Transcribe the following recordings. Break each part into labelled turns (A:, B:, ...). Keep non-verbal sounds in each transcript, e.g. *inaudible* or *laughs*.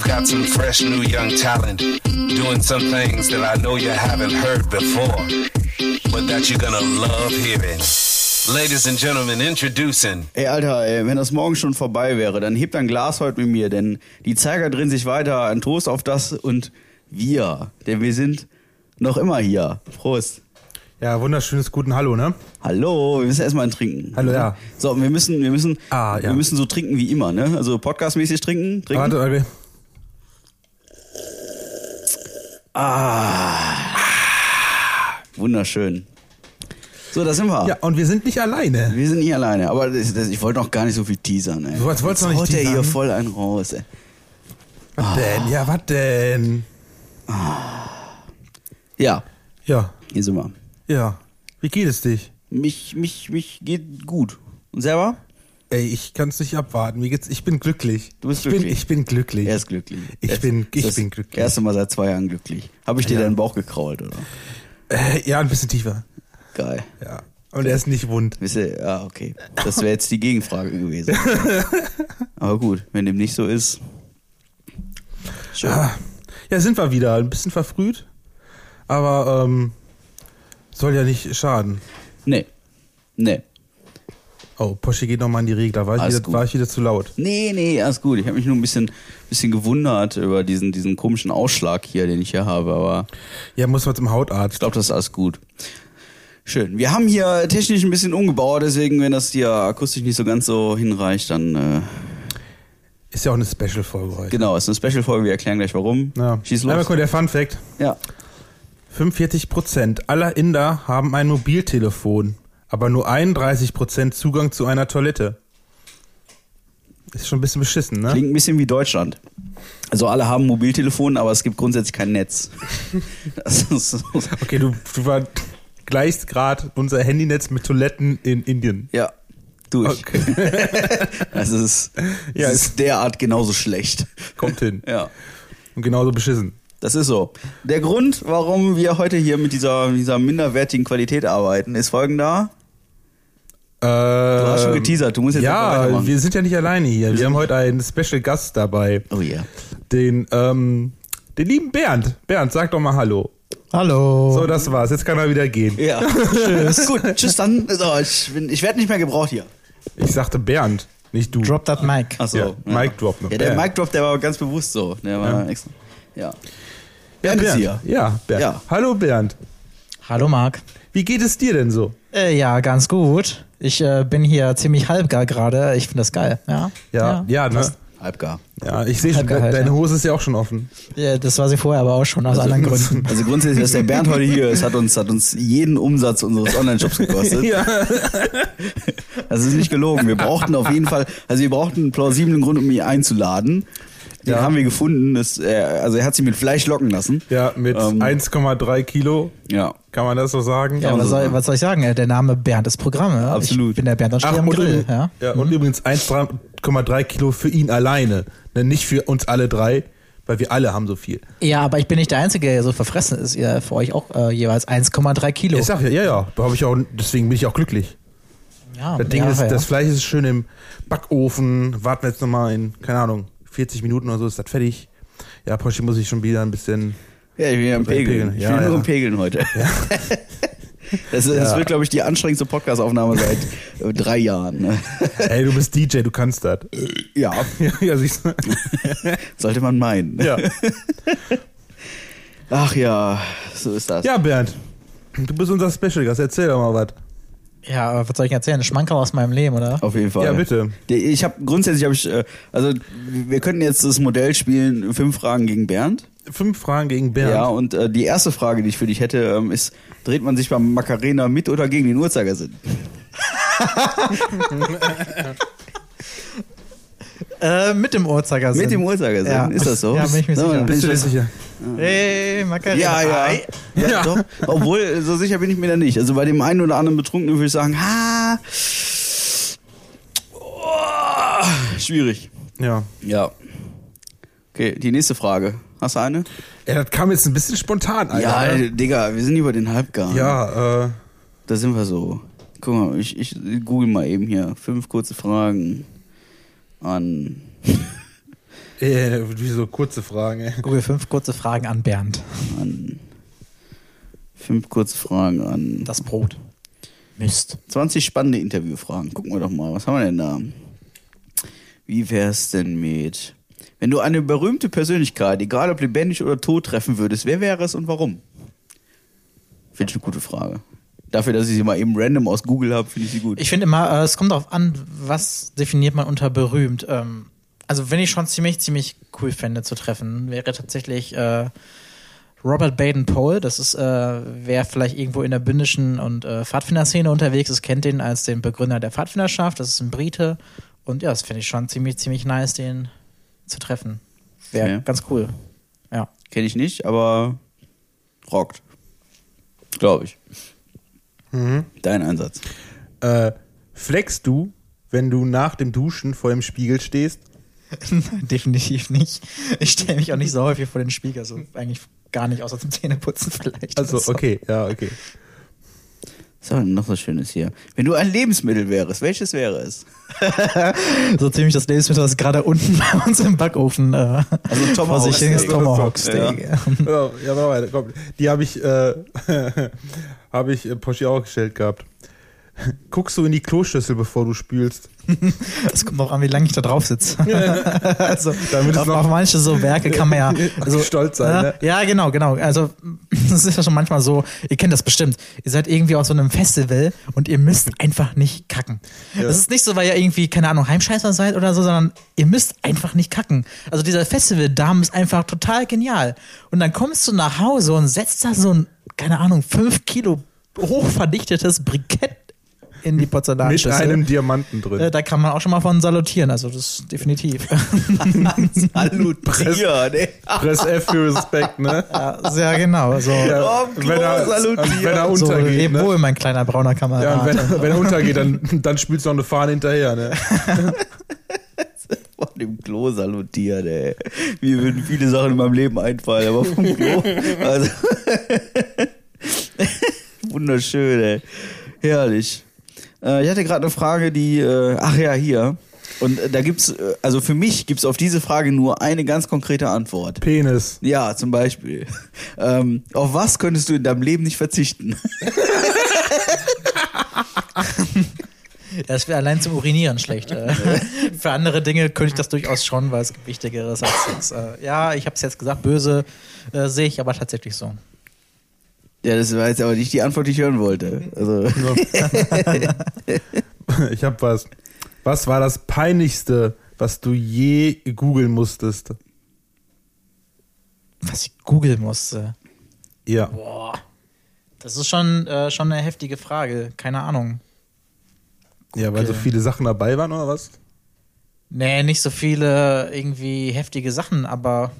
A: fresh new young talent doing some things that I know you haven't heard before, but that you're gonna love hearing. Ladies and gentlemen, introducing
B: Ey, Alter, ey, wenn das morgen schon vorbei wäre, dann hebt ein Glas heute mit mir, denn die Zeiger drehen sich weiter, ein Toast auf das und wir, denn wir sind noch immer hier. Prost.
C: Ja, wunderschönes guten Hallo, ne?
B: Hallo, wir müssen erstmal ein Trinken.
C: Hallo, ja.
B: So, und wir müssen, wir müssen,
C: Ah, ja.
B: wir müssen so trinken wie immer, ne? Also podcastmäßig trinken, trinken.
C: Warte, Albi.
B: Wunderschön. So, da sind wir.
C: Ja, und wir sind nicht alleine.
B: Wir sind nicht alleine, aber das, das, ich wollte noch gar nicht so viel teasern, ey.
C: Du wolltest- wolltest
B: Jetzt
C: noch nicht
B: haut der
C: teasern?
B: hier voll einen raus, ey. Ah.
C: Was denn? Ja, was denn?
B: Ja,
C: Ja,
B: hier sind wir.
C: ja. Wie geht es dich?
B: Mich, mich, mich geht gut. Und selber?
C: Ey, ich kann's nicht abwarten. Mir geht's. Ich bin glücklich.
B: Du bist
C: ich
B: glücklich.
C: Bin, ich bin glücklich.
B: Er ist glücklich.
C: Ich
B: Er ist-
C: bin- ich
B: das
C: bin glücklich.
B: Erste Mal seit zwei Jahren glücklich. Habe ich dir
C: Ja.
B: deinen Bauch gekrault, oder?
C: Äh, ja, ein bisschen tiefer.
B: Geil.
C: Ja. Und er ist nicht wund.
B: Wisst ihr, ja, okay. Das wäre jetzt die Gegenfrage
C: *laughs*
B: gewesen. Aber gut, wenn dem nicht so ist. Schön.
C: Ah. Ja, sind wir wieder. Ein bisschen verfrüht. Aber ähm, soll ja nicht schaden.
B: Nee. Nee.
C: Oh, Porsche geht nochmal in die Regler. War ich,
B: Alles
C: wieder,
B: gut.
C: war ich wieder zu laut?
B: Nee, nee, alles gut. Ich habe mich nur ein bisschen, bisschen gewundert über diesen, diesen komischen Ausschlag hier, den ich hier habe, aber
C: Ja, muss man zum
B: ich
C: Hautarzt.
B: glaube, das ist alles gut. Schön. Wir haben hier technisch ein bisschen umgebaut, deswegen, wenn das hier akustisch nicht so ganz so hinreicht, dann äh,
C: Ist ja auch eine Special-Folge heute.
B: genau, ist eine Special-Folge, wir erklären gleich warum.
C: Ja.
B: Schieß
C: Aber guck
B: los.
C: mal, der Fun Fact.
B: Ja.
C: 45 Prozent aller Inder haben ein Mobiltelefon, aber nur 31 Prozent Zugang zu einer Toilette. Ist schon ein bisschen beschissen, ne?
B: Klingt ein bisschen wie Deutschland. Also alle haben Mobiltelefon, aber es gibt grundsätzlich kein
C: *laughs*
B: Netz. Das ist,
C: Okay, du, du vergleichst gerade unser Handynetz mit Toiletten in Indien.
B: ja, durch.
C: Okay,
B: *laughs* Das ist,
C: Ja,
B: das ist derart genauso schlecht.
C: kommt hin.
B: Ja.
C: Und genauso beschissen.
B: Das ist so. Der Grund, warum wir heute hier mit dieser, dieser minderwertigen Qualität arbeiten, ist folgender.
C: Du
B: hast schon geteasert, du musst jetzt einfach
C: Ähm, Ja,
B: weitermachen.
C: wir sind ja nicht alleine hier. Wir haben heute einen Special Gast dabei.
B: Oh ja. Yeah.
C: Den, ähm, den lieben Bernd. Bernd, sag doch mal Hallo.
D: Hallo.
C: So, das war's. Jetzt kann er wieder gehen.
B: Ja. Tschüss. Gut, tschüss dann. So, ich bin- ich werde nicht mehr gebraucht hier.
C: Ich sagte Bernd, nicht du.
D: Drop that mic.
B: Achso.
C: Ja, Mic Drop noch.
B: Ja, der
C: Ja.
B: Mic Drop, der war ganz bewusst so. Der war
C: Ja.
B: extra. Ja.
C: Ja,
B: Bernd ist
C: Bernd.
B: hier.
C: Ja, Bernd.
B: Ja.
C: Hallo Bernd.
D: Hallo Marc.
C: Wie geht es dir denn so?
D: Äh, ja, ganz gut. Ich äh, bin hier ziemlich halbgar gerade. Ich finde das geil. Ja,
C: ja, ne?
D: passt.
B: Halbgar.
C: Ja, ich sehe schon,
D: Halbgar
C: de
D: halt,
C: deine
D: ja.
C: Hose ist ja auch schon offen.
D: Ja, das war sie vorher aber auch schon aus anderen Gründen.
C: *laughs*
B: Also grundsätzlich, dass der Bernd heute hier ist, hat uns, hat uns jeden Umsatz unseres Online-Shops
C: *laughs*
B: gekostet.
C: Ja.
B: Das ist nicht gelogen. Wir brauchten auf jeden Fall, also wir brauchten einen plausiblen Grund, um ihn einzuladen. Den
C: Ja.
B: haben wir gefunden. Das, äh, also er hat sich mit Fleisch locken lassen.
C: Ja, mit
B: Ähm.
C: 1,3 Kilo,
B: Ja.
C: kann man das so sagen?
D: Ja, was soll, was soll ich sagen? Äh, Der Name Bernd ist Programm. Ja?
B: Absolut.
D: Ich bin der Bernd und stehe am
C: und,
D: Grill.
C: übrigens-
D: Ja? Mhm.
C: ja, und übrigens 1,3 Kilo für ihn alleine. Ne, nicht für uns alle drei, weil wir alle haben so viel.
D: ja, aber ich bin nicht der Einzige, der so verfressen ist. Ihr für euch auch äh, jeweils 1,3 Kilo.
C: Ich sag ja, ja, ja. Da hab ich auch, deswegen bin ich auch glücklich.
D: ja,
C: Das Ding
D: ja,
C: ist,
D: ja.
C: das Fleisch ist schön im Backofen. Warten wir jetzt nochmal in, keine Ahnung, 40 Minuten oder so ist das fertig. Ja, Porsche muss ich schon wieder ein bisschen.
B: Ja, ich bin ja im Pegeln.
C: Pegeln,
B: Ich
C: ja,
B: bin nur
C: ja.
B: im Pegeln heute. *laughs* Das, ist, das wird, glaube ich, die anstrengendste Podcast-Aufnahme seit äh, drei Jahren. Ne?
C: Ey, du bist DJ, du kannst das.
B: Ja,
C: ja, *laughs* ja, siehst du.
B: sollte man meinen.
C: Ja.
B: Ach ja, so ist das.
C: ja, Bernd. Du bist unser Special Gast, erzähl doch mal was.
D: ja, aber was soll ich denn erzählen? Schmankerl aus meinem Leben, oder?
C: Oh.
B: Auf jeden Fall.
C: Ja, bitte.
B: Der- Ich habe grundsätzlich habe ich äh, also wir könnten jetzt das Modell spielen fünf Fragen gegen Bernd.
C: Fünf Fragen gegen Bernd.
B: Ja, und äh, die erste Frage, die ich für dich hätte, ähm, ist, dreht man sich beim Macarena mit oder gegen den Uhrzeigersinn?
D: Äh, mit dem Uhrzeigersinn.
B: Mit dem Uhrzeigersinn,
D: Ja.
B: ist das so?
D: Ja, bin ich mir
B: Sag mal,
D: sicher.
C: Bist du dir
B: das-
C: sicher?
D: Hey, Macarena.
B: Ja, ja.
D: Ei.
B: ja,
C: Ja.
B: Doch. Obwohl, so sicher bin ich mir da nicht. Also bei dem einen oder anderen Betrunkenen würde ich sagen, ha. Oh, schwierig.
C: Ja.
B: Ja. Okay, die nächste Frage. Hast du eine?
C: Ey, das kam jetzt ein bisschen spontan,
B: Ja,
C: Alter.
B: Digga, wir sind über den Halbgar.
C: Ja, äh,
B: Da sind wir so. Guck mal, ich, ich google mal eben hier. Fünf kurze Fragen an
C: Äh, wie so kurze Fragen, ey.
D: Google 5, kurze Fragen an Bernd.
B: An fünf Kurzfragen an.
D: Das Brot. Mist.
B: 20 spannende Interviewfragen. Gucken wir doch mal, was haben wir denn da? Wie wär's denn mit. Wenn du eine berühmte Persönlichkeit, egal ob lebendig oder tot, treffen würdest, wer wäre es und warum? Finde ich eine gute Frage. Dafür, dass ich sie mal eben random aus Google habe, finde ich sie gut.
D: Ich finde immer, äh, es kommt darauf an, was definiert man unter berühmt. Ähm, also, wenn ich schon ziemlich, ziemlich cool fände zu treffen, wäre tatsächlich äh, Robert Baden-Powell. Das ist, äh, wer vielleicht irgendwo in der bündischen und äh, Pfadfinderszene unterwegs ist, kennt den als den Begründer der Pfadfinderschaft. Das ist ein Brite. Und ja, das finde ich schon ziemlich, ziemlich nice, den zu treffen. Wäre
B: Okay.
D: ganz cool. Ja.
B: Kenne ich nicht, aber rockt. Glaube ich. Dein Einsatz.
C: Äh, flexst du, wenn du nach dem Duschen vor dem Spiegel stehst?
D: *laughs* Definitiv nicht. Ich stelle mich auch nicht so häufig vor den Spiegel, also eigentlich gar nicht, außer zum Zähneputzen vielleicht.
C: Also, okay, ja, okay.
B: So, noch was Schönes hier. Wenn du ein Lebensmittel wärest, welches wäre es? *laughs*
D: So ziemlich das Lebensmittel, was gerade unten *laughs* bei uns im Backofen äh,
B: Also
D: vor sich hin ist,
C: Tomahawk.
D: Tomahawk-Steak.
B: Ja.
C: ja, ja, mach weiter, komm. Die habe ich, äh, *laughs* habe ich äh, Poschi auch gestellt gehabt. Guckst du in die Kloschüssel, bevor du spülst?
D: Es kommt auch an, wie lange ich da drauf sitze. *laughs* also,
C: Damit es
D: auf,
C: noch-
D: auf manche so Werke
C: *laughs*
D: kann man ja. Also,
C: Stolz sein,
D: ja,
C: ne?
D: Ja, genau, genau. Also, *laughs* es ist ja schon manchmal so, ihr kennt das bestimmt. Ihr seid irgendwie auf so einem Festival und ihr müsst einfach nicht kacken. Das ist nicht so, weil ihr irgendwie, keine Ahnung, Heimscheißer seid oder so, sondern ihr müsst einfach nicht kacken. Also, dieser Festival-Darm ist einfach total genial. Und dann kommst du nach Hause und setzt da so ein, keine Ahnung, 5 Kilo hochverdichtetes Brikett in die
C: Mit
D: Porzellanschüssel.
C: einem Diamanten drin.
D: Äh, Da kann man auch schon mal von salutieren, also das ist definitiv.
B: Salutieren, ey.
C: Press F für Respekt, ne?
D: *laughs* ja, sehr genau. Also,
C: Ja,
B: Auf Klo
C: wenn, er, also
B: salutieren.
C: wenn er
D: *laughs* so
C: untergeht,
D: leb
C: ne?
D: wohl, mein kleiner brauner Kamerad.
C: Ja, und wenn, wenn er untergeht, dann, dann spielst du noch eine Fahne hinterher, ne?
B: Vor dem Klo salutieren, ey. ne. Mir würden viele Sachen in meinem Leben einfallen, aber vom Klo. Also. *laughs* Wunderschön, ey. Herrlich. Äh, ich hatte gerade eine Frage, die. Äh, ach ja, hier. Und äh, da gibt's, äh, also für mich gibt's auf diese Frage nur eine ganz konkrete Antwort.
C: Penis. *laughs*
B: Ja, zum Beispiel. *laughs* Ähm, auf was könntest du in deinem Leben nicht verzichten?
D: *laughs*
B: *laughs*
D: Das wäre allein zum Urinieren schlecht. *laughs* äh. Für andere Dinge könnte ich das durchaus schon, weil es gibt Wichtigeres als Sex. Äh, Ja, ich habe es jetzt gesagt, böse äh, sehe ich aber tatsächlich so.
B: Ja, das war jetzt aber nicht die Antwort, die ich hören wollte. Also.
C: Ich hab was. Was war das peinlichste, was du je googeln musstest?
D: Was ich googeln musste.
C: Ja.
D: Boah. Das ist schon, äh, schon eine heftige Frage. Keine Ahnung.
C: Ja, weil so viele Sachen dabei waren, oder was?
D: Nee, nicht so viele irgendwie heftige Sachen, aber.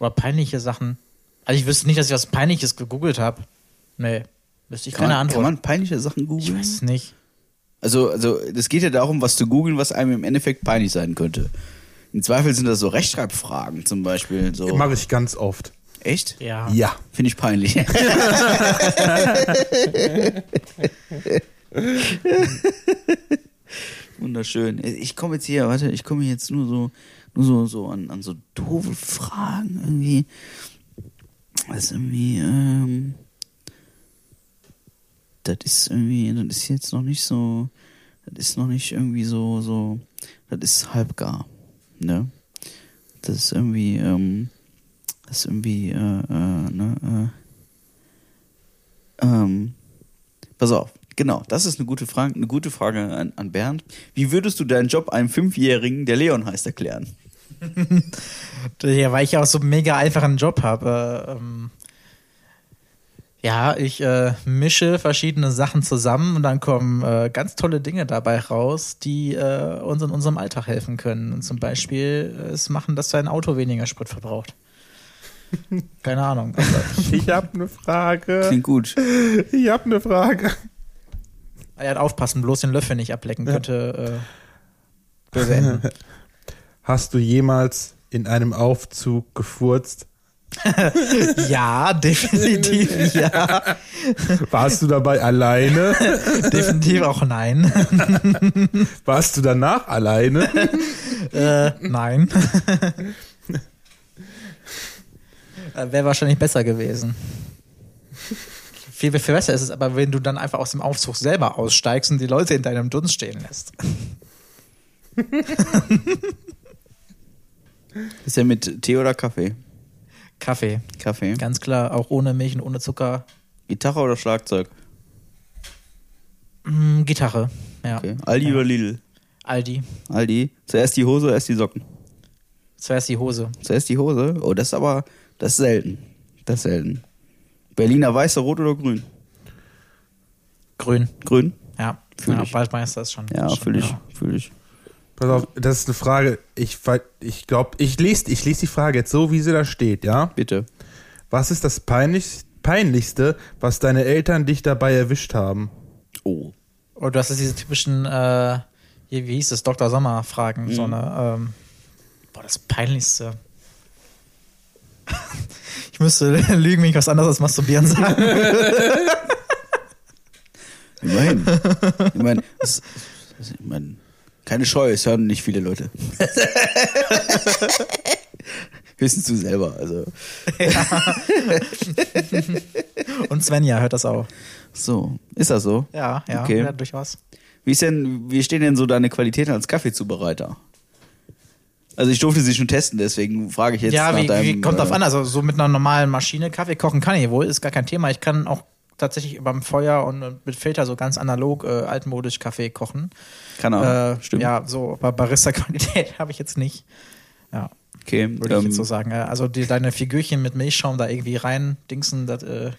D: Oder peinliche Sachen. Also, ich wüsste nicht, dass ich was Peinliches gegoogelt habe. Nee, wüsste ich
B: Kann
D: keine
B: man,
D: Antwort.
B: Kann man peinliche Sachen googeln?
D: Ich weiß es nicht.
B: Also, also es geht ja darum, was zu googeln, was einem im Endeffekt peinlich sein könnte. Im Zweifel sind das so Rechtschreibfragen zum Beispiel.
D: Oh.
B: So.
C: Mache ich ganz oft.
B: Echt?
D: Ja.
C: Ja.
B: Finde ich peinlich. Wunderschön. Ich komme jetzt hier, warte, ich komme hier jetzt nur so, nur so, so an, an so doofe Fragen irgendwie. Das ist irgendwie, ähm, das ist irgendwie, das ist jetzt noch nicht so, das ist noch nicht irgendwie so, so, das ist halbgar, ne? Das ist irgendwie, ähm, das ist irgendwie, äh, äh, ne, äh, ähm, pass auf, genau, das ist eine gute Frage, eine gute Frage an, an Bernd. Wie würdest du deinen Job einem Fünfjährigen, der Leon heißt, erklären?
D: Ja, weil ich ja auch so einen mega einfachen Job habe. Äh, ähm, ja, ich äh, mische verschiedene Sachen zusammen und dann kommen äh, ganz tolle Dinge dabei raus, die äh, uns in unserem Alltag helfen können. Und zum Beispiel äh, es machen, dass dein Auto weniger Sprit verbraucht. Keine Ahnung. Also,
C: Ich hab eine Frage.
B: Klingt gut.
C: Ich hab eine Frage.
D: Er hat aufpassen, bloß den Löffel nicht ablecken könnte.
B: *laughs*
D: Äh, böse enden.
C: Hast du jemals in einem Aufzug gefurzt?
D: ja,
B: *laughs*
D: definitiv. Ja,
C: Warst du dabei alleine?
B: *laughs*
D: definitiv auch nein.
C: Warst du danach alleine?
D: äh,
B: *laughs*
D: nein. Wäre Äh, wahrscheinlich besser gewesen. Viel, viel besser ist es aber, wenn du dann einfach aus dem Aufzug selber aussteigst und die Leute in deinem Dunst stehen lässt.
B: Ist er mit Tee oder Kaffee?
D: Kaffee.
B: Kaffee.
D: Ganz klar, auch ohne Milch und ohne Zucker.
B: Gitarre oder Schlagzeug?
D: Hm, Gitarre. Ja.
B: Okay. Aldi
D: ja.
B: oder Lidl?
D: Aldi.
B: Aldi. Zuerst die Hose, erst die Socken.
D: Zuerst die Hose.
B: Zuerst die Hose. Oh, das ist aber, das ist selten. Das ist selten. Berliner Weiße, Rot oder Grün?
D: Grün.
B: Grün?
D: Ja.
B: Fühl
D: Ja,
B: ich.
D: Waldmeister ist schon.
B: Ja,
D: schon,
B: fühle ich,
D: ja.
B: fühle ich.
C: Pass auf, das ist eine Frage. Ich, ver- ich glaube, ich lese ich les die Frage jetzt so, wie sie da steht, ja?
B: Bitte.
C: Was ist das peinlich, Peinlichste, was deine Eltern dich dabei erwischt haben?
B: Oh.
D: Oder du hast jetzt diese typischen, äh, hier, wie hieß das, Dr. Sommer-Fragen, so
B: Mhm.
D: eine, ähm, boah, das Peinlichste. *laughs* ich müsste *laughs* lügen, wenn ich was anderes als
B: *laughs*
D: masturbieren sage.
B: Immerhin. Immerhin. Das, das, ich meine, keine Scheu, es hören nicht viele Leute. *laughs* Höchstens du selber. Also.
D: Und Svenja hört das auch.
B: So, ist das so?
D: Ja, ja,
B: Okay.
D: ja durchaus.
B: Wie, ist denn, wie stehen denn so deine Qualitäten als Kaffeezubereiter? Also ich durfte sie schon testen, deswegen frage ich jetzt
D: ja,
B: nach
D: wie,
B: deinem...
D: wie kommt drauf
B: äh,
D: an? Also so mit einer normalen Maschine Kaffee kochen kann ich wohl, ist gar kein Thema. Ich kann auch tatsächlich über dem Feuer und mit Filter so ganz analog äh, altmodisch Kaffee kochen.
B: Kann er,
D: äh,
B: Ah, stimmt.
D: Ja, so, aber Barista-Qualität *laughs* habe ich jetzt nicht. Ja,
B: okay,
D: würde ich
B: ähm,
D: jetzt so sagen. Äh, Also die, deine Figürchen mit Milchschaum da irgendwie rein dingsen, das äh,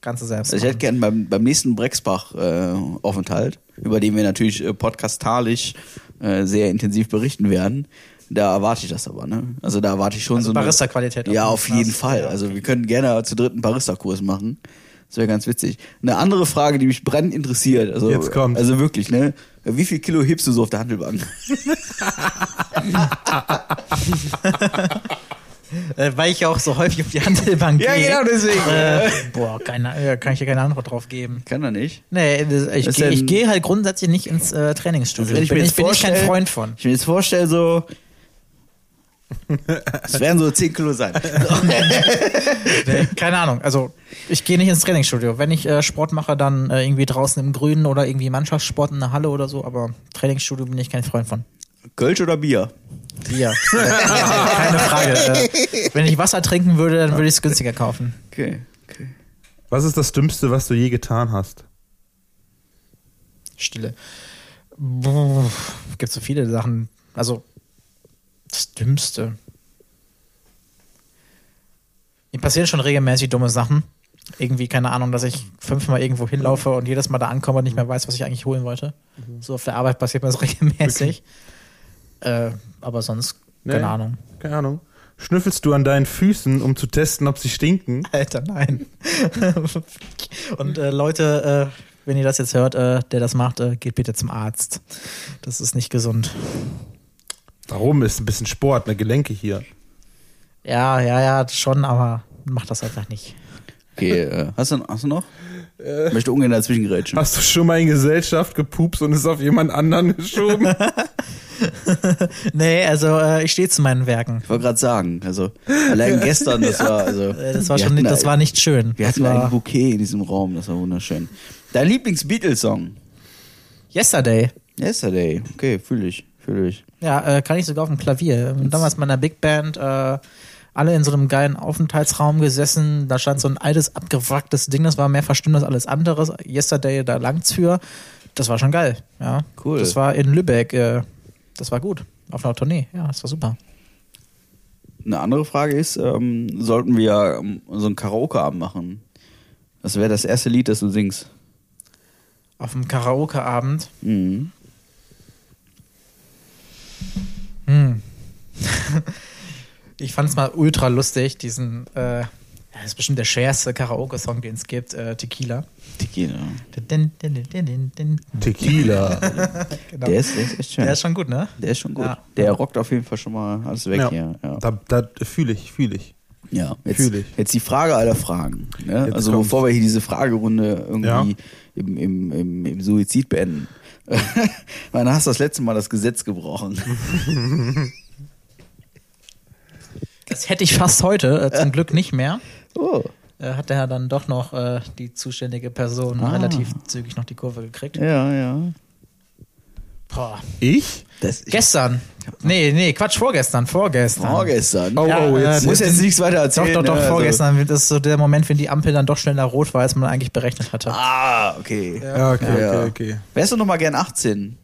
D: Ganze selbst.
B: Also ich hätte gern
D: machen.
B: beim, beim nächsten Brexbach-Aufenthalt, über den wir natürlich äh, podcastalisch äh, sehr intensiv berichten werden, da erwarte ich das aber. Ne? Also da erwarte ich schon
D: Also
B: so eine...
D: Barista-Qualität
B: Ja,
D: auch.
B: auf jeden
D: Ja,
B: Fall.
D: ja.
B: Also wir können gerne zu dritt einen Barista-Kurs machen. Das wäre ganz witzig. Eine andere Frage, die mich brennend interessiert. Also,
C: Jetzt kommt.
B: Also wirklich, ne? Wie viel Kilo hebst du so auf der
D: *laughs*
B: Handelbank?
D: äh, weil ich ja auch so häufig auf die Handelbank
B: Ja,
D: gehe.
B: genau, deswegen.
D: Äh, boah, keine, äh, kann ich ja keine Antwort drauf geben.
B: Kann er nicht.
D: Nee, äh, ich,
B: Ist
D: geh-
B: denn-
D: ich gehe halt grundsätzlich nicht ins äh, Trainingsstudio.
B: Also wenn ich
D: bin,
B: mir
D: ich,
B: jetzt
D: bin ich kein
B: vorstell-
D: Freund von.
B: Ich mir jetzt vorstelle,
C: *laughs*
B: so. Es werden so 10 Kilo
C: *laughs*
B: sein.
D: Nee, keine Ahnung. Also ich gehe nicht ins Trainingsstudio. Wenn ich äh, Sport mache, dann äh, irgendwie draußen im Grünen oder irgendwie Mannschaftssport in der Halle oder so. Aber Trainingsstudio bin ich kein Freund von.
B: Kölsch oder Bier?
D: Bier. Äh, *laughs* keine Frage. Äh, wenn ich Wasser trinken würde, dann würde ich es günstiger kaufen.
B: Okay. okay.
C: Was ist das Dümmste, was du je getan hast?
D: Stille. Buh, Gibt so viele Sachen. Also das Dümmste. Mir passieren schon regelmäßig dumme Sachen. Irgendwie, keine Ahnung, dass ich fünfmal irgendwo hinlaufe und jedes Mal da ankomme und nicht mehr weiß, was ich eigentlich holen wollte. So auf der Arbeit passiert mir das *laughs* regelmäßig. Äh, aber sonst,
C: Nee.
D: keine Ahnung.
C: Keine Ahnung. Schnüffelst du an deinen Füßen, um zu testen, ob sie stinken?
D: Alter, nein. *laughs* Und äh, Leute, äh, wenn ihr das jetzt hört, äh, der das macht, äh, geht bitte zum Arzt. Das ist nicht gesund.
C: Warum? Ist ein bisschen Sport, ne Gelenke hier.
D: Ja, ja, ja, schon, aber macht das einfach nicht.
B: Okay, äh, hast, du, hast du noch? Ich möchte ungern dazwischen grätschen.
C: Hast du schon mal in Gesellschaft gepupst und es auf jemand anderen
B: *laughs*
C: *laughs* geschoben?
D: Nee, also äh, ich stehe zu meinen Werken.
B: Ich wollte gerade sagen, also allein gestern, das war
D: *laughs*
B: also.
D: Äh, Das war
B: wir
D: schon
B: hatten
D: nicht, das
B: ein-
D: war nicht schön.
B: Wir hatten
D: das
B: ein
D: war
B: Bouquet in diesem Raum, das war wunderschön. Dein Lieblings-Beatles-Song?
D: Yesterday.
B: Yesterday. Okay, fühle ich, fühle ich.
D: Ja, äh, kann ich sogar auf dem Klavier. Damals mit meiner Big Band, äh, alle in so einem geilen Aufenthaltsraum gesessen. Da stand so ein altes, abgewracktes Ding, das war mehr verstimmt als alles anderes. Yesterday, da langt's für. Das war schon geil. Ja.
B: Cool.
D: Das war in Lübeck. Äh, das war gut. Auf einer Tournee. Ja, das war super.
B: Eine andere Frage ist, ähm, sollten wir ähm, so ein Karaoke-Abend machen? Das wäre das erste Lied, das du singst.
D: Auf dem Karaoke-Abend.
B: Mhm.
D: hm. *laughs* Ich fand es mal ultra lustig, diesen, äh, das ist bestimmt der schwerste Karaoke-Song, den es gibt, äh, Tequila.
B: Tequila.
D: Din, din, din, din, din, din.
C: Tequila.
D: Genau.
B: Der, ist, der ist echt schön.
D: Der ist schon gut, ne?
B: Der ist schon gut.
D: Ja.
B: Der rockt auf jeden Fall schon mal alles weg hier. Ja,
C: Da, da fühle ich, fühle ich.
B: ja. Jetzt,
C: fühl ich.
B: jetzt die Frage aller Fragen. Ne?
C: Jetzt
B: Also
C: kommt's.
B: bevor wir hier diese Fragerunde irgendwie
C: Ja.
B: im, im, im, im Suizid beenden. *laughs* Wann hast du das letzte Mal das Gesetz
C: *laughs*
B: gebrochen?
D: Das hätte ich fast heute, äh, zum Glück nicht mehr.
B: Oh.
D: Äh, hat daher dann doch noch äh, die zuständige Person
B: Ah.
D: relativ zügig noch die Kurve gekriegt.
B: Ja, ja.
D: Boah.
C: Ich?
B: Das ist
D: Gestern. Nee, nee, Quatsch, vorgestern, vorgestern.
B: vorgestern.
C: Oh,
D: Ja,
C: oh,
D: äh,
C: jetzt.
B: muss
C: jetzt.
B: jetzt nichts weiter
D: Doch,
B: erzählen.
D: doch, doch,
C: also
B: ne?
D: vorgestern. Das ist so der Moment, wenn die Ampel dann doch schneller rot war, als man eigentlich berechnet hatte.
B: Also, ah, okay.
C: Ja, okay,
B: Ja.
C: okay, okay.
B: Wärst du noch mal gern 18?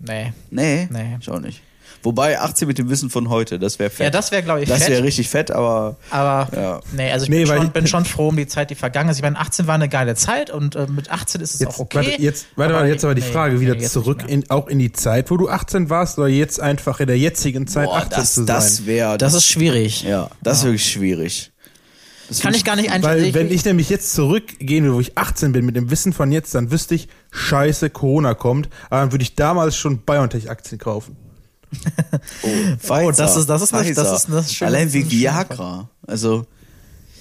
D: Nee.
B: Nee?
D: Nee.
B: Schau nicht. Wobei 18 mit dem Wissen von heute, das wäre fett.
D: Ja, das wäre, glaube ich,
B: Das
D: fett.
B: wäre richtig fett, aber
D: Aber
B: Ja.
D: nee, also ich
C: Nee,
D: bin,
C: weil
D: schon,
C: die-
D: bin schon froh um die Zeit, die vergangen ist. Ich meine, 18 war eine geile Zeit und äh, mit 18 ist es
C: Jetzt,
D: auch okay.
C: warte, jetzt, warte mal, jetzt aber die
D: nee,
C: Frage
D: nee,
C: wieder
D: jetzt
C: zurück,
D: nicht mehr.
C: in, auch in die Zeit, wo du 18 warst, oder jetzt einfach in der jetzigen Zeit
B: boah,
C: 18
B: das,
C: zu sein?
B: das wäre.
D: Das ist schwierig.
B: ja, das ist wirklich schwierig. Das
D: Kann
B: ist-
D: ich gar nicht einschätzen.
C: Weil wenn ich nämlich jetzt zurückgehen würde, wo ich 18 bin, mit dem Wissen von jetzt, dann wüsste ich, scheiße, Corona kommt, aber dann würde ich damals schon BioNTech-Aktien kaufen.
B: Oh, Pfizer,
D: das ist- das ist eine-
B: Pfizer.
D: das ist eine schöne-
B: Allein wegen
D: eine schöne
B: Viagra. Also,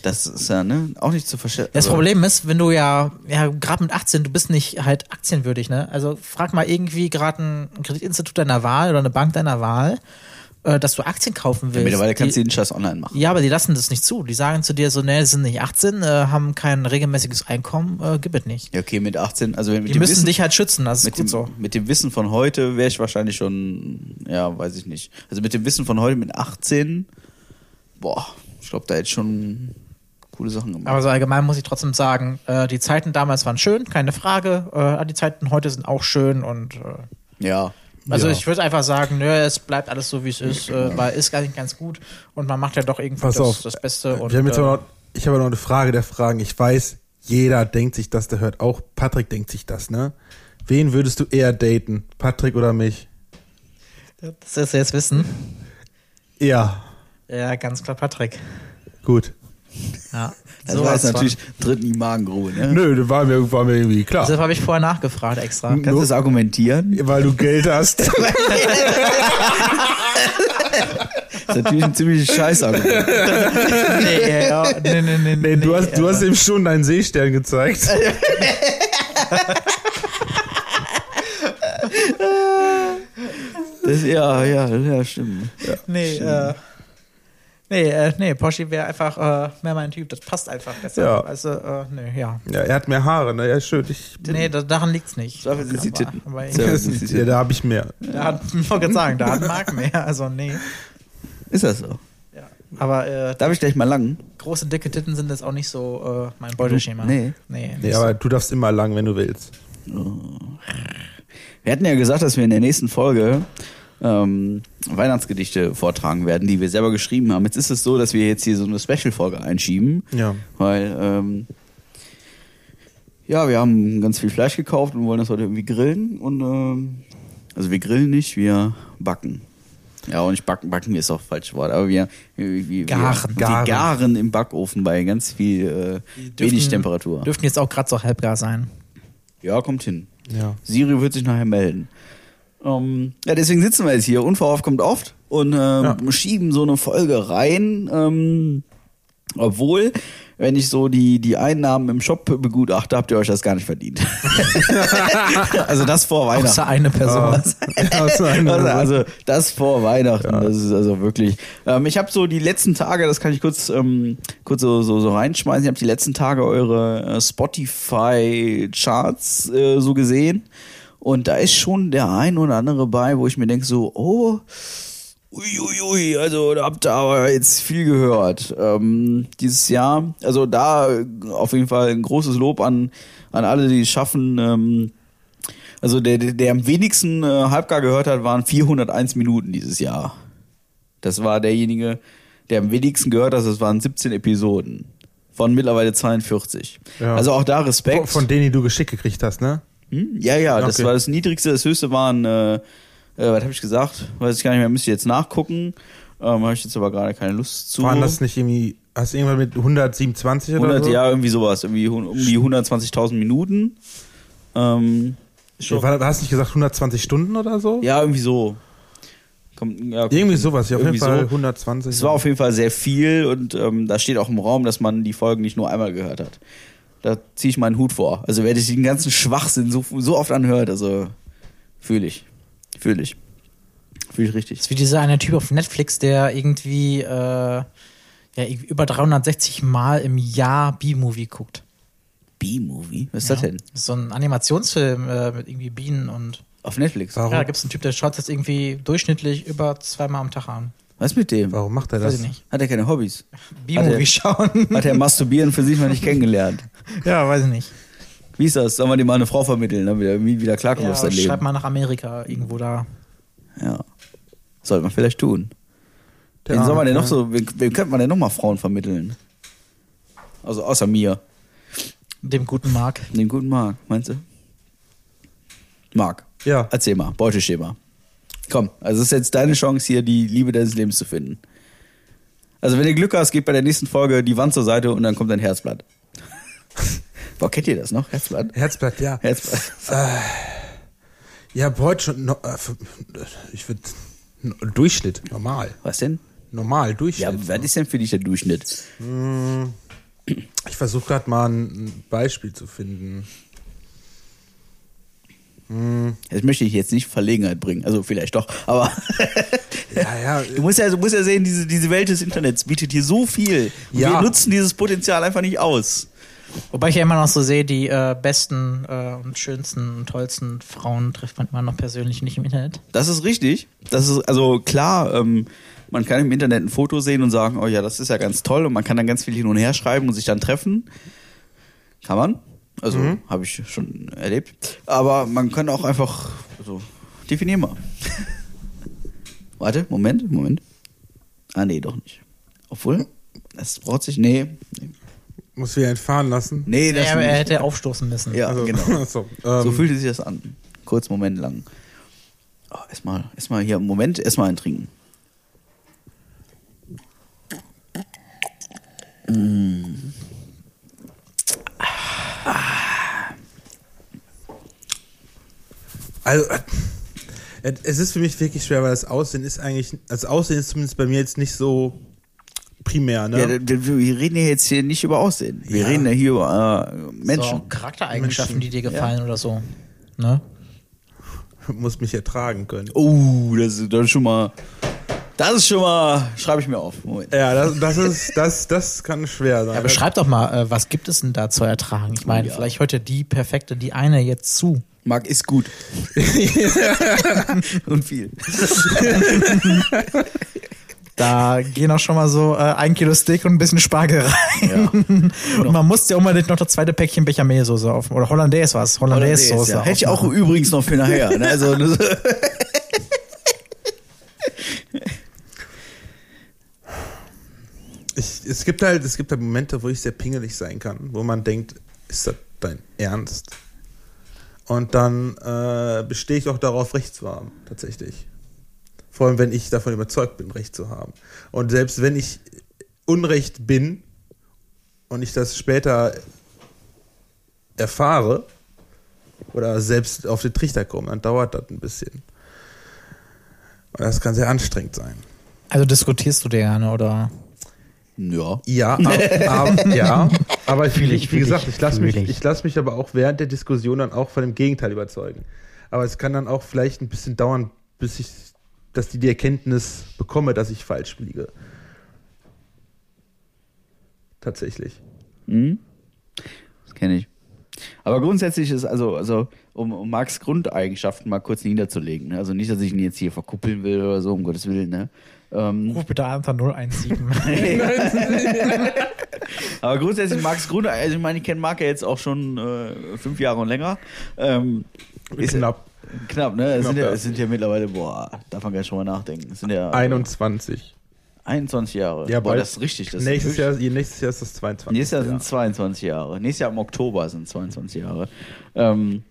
B: das ist ja ne, auch nicht zu verstehen.
D: Das Problem ist, wenn du ja, ja gerade mit 18, du bist nicht halt aktienwürdig, ne? Also frag mal irgendwie gerade ein Kreditinstitut deiner Wahl oder eine Bank deiner Wahl, äh, dass du Aktien kaufen willst.
B: Mittlerweile kannst du
D: die,
B: jeden Scheiß online machen.
D: ja, aber die lassen das nicht zu. Die sagen zu dir so, ne, sind nicht 18, äh, haben kein regelmäßiges Einkommen, äh, gib es nicht.
B: Ja, okay, mit 18. Also, wenn, mit
D: Die
B: dem
D: müssen
B: Wissen,
D: dich halt schützen, das ist
B: mit
D: gut
B: dem,
D: so.
B: mit dem Wissen von heute wäre ich wahrscheinlich schon, ja, weiß ich nicht. Also mit dem Wissen von heute mit 18, boah, ich glaube, da hätte ich schon coole Sachen gemacht.
D: Aber so allgemein muss ich trotzdem sagen, äh, die Zeiten damals waren schön, keine Frage. Äh, die Zeiten heute sind auch schön und äh,
B: ja.
D: also
C: Ja.
D: ich würde einfach sagen, nö, es bleibt alles so wie es ist, äh, weil ist eigentlich ganz gut und man macht ja doch irgendwie
C: Pass
D: das,
C: auf.
D: das Beste und
C: Wir haben jetzt
D: äh,
C: aber noch, ich habe aber noch eine Frage der Fragen. Ich weiß, jeder denkt sich das, der hört auch. Patrick denkt sich das, ne? Wen würdest du eher daten? Patrick oder mich?
D: das wirst du jetzt wissen.
C: Ja,
D: Ja, ganz klar, Patrick.
C: gut.
D: Ja,
B: Also Das war jetzt
D: von.
B: natürlich dritt in die Magengrube, ne?
C: Nö, das war mir, war mir irgendwie klar.
D: Deshalb habe ich vorher nachgefragt
C: *laughs*
D: extra.
B: Kannst du das argumentieren?
C: Weil du Geld
D: *laughs*
C: hast. *laughs*
B: Das ist natürlich ein ziemliches Scheißargument.
D: nee, ja, nee, nee, nee,
C: Nee, du hast, du hast ihm schon deinen Seestern gezeigt.
B: Das, ja, ja, ja, stimmt.
D: Nee, äh, nee, äh, nee, Porsche wäre einfach äh, mehr mein Typ. Das passt einfach besser.
C: Ja.
D: Also, äh, nee, ja.
C: Ja, er hat mehr Haare, ne? Ja, schön. Ich,
D: Nee, da, daran liegt's nicht.
B: Dafür sind sie Titten.
D: Aber, aber
B: So.
C: *laughs*
D: ich, *laughs*
B: das ist-
C: ja, da habe ich mehr.
D: da hat, ich wollte gerade sagen, da hat Marc mehr. Also, nee.
B: Ist das so?
D: Aber äh,
B: Darf ich gleich mal lang?
D: große, dicke Titten sind jetzt auch nicht so äh, mein Beuteschema.
B: Nee.
D: Nee.
C: Nee, aber du darfst immer lang, wenn du willst.
B: Wir hatten ja gesagt, dass wir in der nächsten Folge ähm, Weihnachtsgedichte vortragen werden, die wir selber geschrieben haben. Jetzt ist es so, dass wir jetzt hier so eine Special-Folge einschieben,
C: Ja.
B: weil ähm, ja, wir haben ganz viel Fleisch gekauft und wollen das heute irgendwie grillen. Und ähm, also wir grillen nicht, wir backen. Ja, und nicht backen, backen ist auch falsches Wort, aber wir, wir, wir,
D: Garen.
B: wir
C: Garen.
B: garen im Backofen bei ganz viel äh,
D: Dürften-
B: wenig Temperatur.
D: Dürften jetzt auch gerade so halbgar sein.
B: Ja, kommt hin.
C: Ja.
B: Siri wird sich nachher melden. Ähm, ja, deswegen sitzen wir jetzt hier. Unverhofft kommt oft und ähm, schieben so eine Folge rein. Ähm, obwohl, wenn ich so die, die Einnahmen im Shop begutachte, habt ihr euch das gar nicht verdient. also das vor Weihnachten.
D: Außer eine *laughs* Person.
C: Ah. Also,
B: Also, also das vor Weihnachten, das ist also wirklich. Ähm, ich habe so die letzten Tage, das kann ich kurz, ähm, kurz so, so, so reinschmeißen, ich habe die letzten Tage eure äh, Spotify-Charts äh, so gesehen. Und da ist schon der ein oder andere bei, wo ich mir denke, so, oh, Uiuiui, also da habt ihr aber jetzt viel gehört. Ähm, dieses Jahr, also da äh, auf jeden Fall ein großes Lob an, an alle, die es schaffen. Ähm, also der, der, der am wenigsten äh, halbgar gehört hat, waren 401 Minuten dieses Jahr. Das war derjenige, der am wenigsten gehört hat, das waren 17 Episoden. Von mittlerweile 42.
C: Ja.
B: Also auch da Respekt.
C: Von denen, die du geschickt gekriegt hast, ne?
B: Hm? Ja, ja, das
C: Okay.
B: war das Niedrigste. Das Höchste waren, äh, äh, was habe ich gesagt? Weiß ich gar nicht mehr, müsste ich jetzt nachgucken. Ähm, habe ich jetzt aber gerade keine Lust zu.
C: Waren das nicht irgendwie, hast du irgendwann mit 127 oder
B: 100,
C: so?
B: ja, irgendwie sowas. Irgendwie hun- um die 120.000 Minuten. Ähm,
C: Ja, war- Hast du nicht gesagt 120 Stunden oder so?
B: ja, irgendwie so. Kommt, ja, kommt
C: Irgendwie
B: hin.
C: sowas, ja, auf
B: Irgendwie
C: jeden Fall
B: so.
C: 120.
B: Es war auf jeden Fall sehr viel und ähm, da steht auch im Raum, dass man die Folgen nicht nur einmal gehört hat. Da ziehe ich meinen Hut vor. Also werde ich den ganzen Schwachsinn so, so oft anhört. Also Fühle ich. Fühle ich. Fühle ich richtig.
D: Das ist wie dieser eine Typ auf Netflix, der irgendwie, äh, ja, irgendwie über 360 Mal im Jahr B-Movie guckt.
B: B-Movie? Was ist das
D: ja.
B: denn?
D: So ein Animationsfilm äh, mit irgendwie Bienen und.
B: Auf Netflix.
C: Warum?
D: Ja, da gibt es einen Typ, der schaut jetzt irgendwie durchschnittlich über zweimal am Tag an.
B: Was mit dem?
C: Warum macht er
D: Weiß
C: das?
D: ich nicht.
B: Hat er keine Hobbys? Hat
D: B-Movie
B: er-
D: schauen.
B: Hat er Masturbieren für sich noch nicht kennengelernt?
D: *laughs* ja, weiß ich nicht.
B: Wie ist das? Sollen wir dir mal eine Frau vermitteln, damit er irgendwie wieder klarkommt
D: Ja,
B: auf sein
D: schreib
B: Leben?
D: mal nach Amerika irgendwo da.
B: Ja. Sollte man vielleicht tun.
C: Der
B: Wen soll man
C: arme
B: denn noch
C: Kerl.
B: so, wem, wem könnte man denn noch mal Frauen vermitteln? Also außer mir.
D: Dem guten Mark.
B: Den guten Marc, meinst du? Marc,
C: Ja.
B: erzähl mal, Beuteschema. Komm, also es ist jetzt deine Chance hier, die Liebe deines Lebens zu finden. Also wenn du Glück hast, geht bei der nächsten Folge die Wand zur Seite und dann kommt dein Herzblatt. *laughs* Boah, kennt ihr das noch? Herzblatt?
C: Herzblatt, ja.
B: Herzblatt.
C: Ja, Beutsch und no, äh, f- ich würde no, Durchschnitt, normal.
B: Was denn?
C: Normal,
B: Ja,
C: Durchschnitt.
B: was ist denn für dich der Durchschnitt?
C: Mm. ich versuche gerade mal ein Beispiel zu finden.
B: Das möchte ich jetzt nicht Verlegenheit bringen. Also vielleicht doch, aber *laughs*
C: Ja, ja,
B: du musst ja, du musst ja sehen, diese, diese Welt des Internets bietet hier so viel. Und
C: Ja.
B: Wir nutzen dieses Potenzial einfach nicht aus.
D: Wobei ich ja immer noch so sehe, die äh, besten äh, und schönsten und tollsten Frauen trifft man immer noch persönlich nicht im Internet.
B: Das ist richtig. Das ist also klar. Ähm, man kann im Internet ein Foto sehen und sagen, oh ja, das ist ja ganz toll und man kann dann ganz viel hin und her schreiben und sich dann treffen. Kann man. Also
C: Mhm.
B: habe ich schon erlebt. Aber man kann auch einfach, also definier mal. *laughs* Warte, Moment, Moment. Ah nee, doch nicht. Obwohl, das braucht sich, nee, nee,
C: muss wieder entfahren lassen.
B: nee das
D: Er, er
B: nicht.
D: hätte aufstoßen müssen.
B: Ja,
C: Also,
B: genau.
C: so, *laughs* ähm,
B: So fühlte sich das an. Kurz Moment lang. Oh, erstmal, erstmal hier, Moment, erstmal ein Trinken.
C: Also, äh, es ist für mich wirklich schwer, weil das Aussehen ist eigentlich, das Aussehen ist zumindest bei mir jetzt nicht so primär,
B: Ja, d-
C: ne?
B: d- wir reden ja jetzt hier nicht über Aussehen. Wir
C: Ja.
B: reden ja hier über äh,
D: So,
B: Menschen.
D: Charaktereigenschaften,
C: Menschen.
D: die dir gefallen oder so. Ne?
C: Muss mich ertragen können.
B: Oh, das ist das ist schon mal. Das ist schon mal. Schreibe ich mir auf. Moment.
C: Ja, das, das ist, das, das kann schwer sein.
D: Ja, beschreib doch mal, äh, was gibt es denn da zu ertragen? Ich meine,
B: Oh Ja.
D: vielleicht hört ja die perfekte, die eine jetzt zu.
B: Marc ist gut. Und viel. *laughs*
D: Da gehen auch schon mal so äh, ein Kilo Steak und ein bisschen Spargel rein.
B: Ja.
D: *laughs* Und man muss ja unbedingt noch das zweite Päckchen Bechamelsoße auf. Oder Hollandaise was. Hollandaise Soße.
B: Hätte ich auch
D: aufmachen.
B: übrigens noch für nachher. Ne? Also, das,
C: Ich, es gibt halt, es gibt halt Momente, wo ich sehr pingelig sein kann, wo man denkt, ist das dein Ernst? Und dann äh, bestehe ich auch darauf, Recht zu haben, tatsächlich. Vor allem, wenn ich davon überzeugt bin, Recht zu haben. Und selbst wenn ich Unrecht bin und ich das später erfahre oder selbst auf den Trichter komme, dann dauert das ein bisschen. Und das kann sehr anstrengend sein.
D: Also diskutierst du gerne, oder?
B: ja.
C: Ja, ab, ab,
D: *laughs*
C: ja, aber ich,
D: Fühl ich,
C: wie
D: fühl
C: gesagt,
D: ich,
C: ich lasse mich,
D: fühl ich.
C: ich lass mich aber auch während der Diskussion dann auch von dem Gegenteil überzeugen. Aber es kann dann auch vielleicht ein bisschen dauern, bis ich, dass die die Erkenntnis bekomme, dass ich falsch liege. Tatsächlich.
B: Das kenne ich. Aber grundsätzlich ist also, also um, um Marx Grundeigenschaften mal kurz niederzulegen. Ne? Also nicht, dass ich ihn jetzt hier verkuppeln will oder so, um Gottes Willen. Ne? Ähm,
D: Ruf bitte einfach *laughs* 017.
B: Aber grundsätzlich Marx Grüne, also ich meine, ich kenne Marc ja jetzt auch schon äh, fünf Jahre und länger. Ähm, ist-
C: Knapp
B: Knapp, ne? Es
C: Knapp,
B: sind, ja,
C: ja.
B: es sind ja mittlerweile, boah, darf man gar nicht schon mal nachdenken. Es sind ja
C: 21.
B: 21 Jahre.
C: Ja,
B: boah,
C: bald.
B: das ist richtig. Das
C: nächstes,
B: ist
C: Jahr, nächstes Jahr ist das 22.
B: Nächstes Jahr
C: Ja.
B: sind 22 Jahre. Nächstes Jahr im Oktober sind 22 Jahre. Ähm,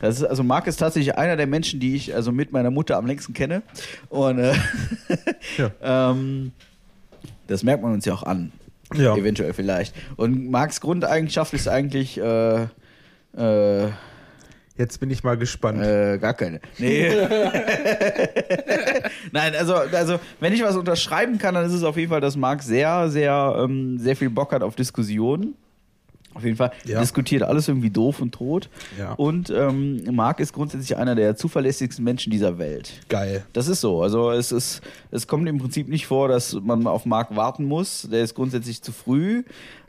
B: das ist, also Marc ist tatsächlich einer der Menschen, die ich also mit meiner Mutter am längsten kenne. Und äh, *laughs* ähm, das merkt man uns ja auch an.
C: Ja.
B: Eventuell vielleicht. Und Marks Grundeigenschaft ist eigentlich äh, äh,
C: Jetzt bin ich mal gespannt.
B: äh, gar keine. Nee.
C: *laughs*
B: Nein, also, also wenn ich was unterschreiben kann, dann ist es auf jeden Fall, dass Marc sehr, sehr, ähm, sehr viel Bock hat auf Diskussionen. Auf jeden Fall
C: Ja.
B: diskutiert alles irgendwie doof und tot.
C: Ja.
B: Und ähm, Marc ist grundsätzlich einer der zuverlässigsten Menschen dieser Welt.
C: Geil.
B: Das ist so. Also es ist, es kommt im Prinzip nicht vor, dass man auf Marc warten muss. Der ist grundsätzlich zu früh.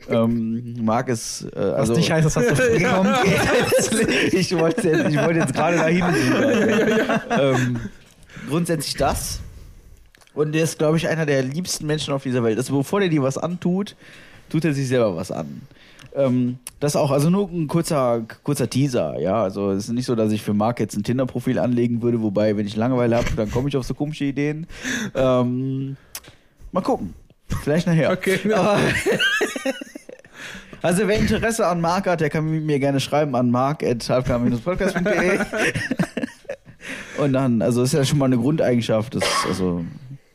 B: Ähm, Marc ist äh,
D: Was
B: also
D: nicht heißt, das hast du früh bekommen.
B: *laughs* ich wollte jetzt, ich wollte jetzt gerade dahin. Ähm, grundsätzlich das. Und der ist, glaube ich, einer der liebsten Menschen auf dieser Welt. Also bevor der dir was antut, tut er sich selber was an. Ähm, das auch, also nur ein kurzer, kurzer Teaser, ja. Also es ist nicht so, dass ich für Marc jetzt ein Tinder-Profil anlegen würde, wobei, wenn ich Langeweile habe, dann komme ich auf so komische Ideen. Ähm, mal gucken. Vielleicht nachher.
C: Okay.
B: Aber- *laughs* also wer Interesse an Marc hat, der kann mir gerne schreiben an
C: *laughs*
B: mark.halbkar-podcast.de Und dann, also ist ja schon mal eine Grundeigenschaft, das, also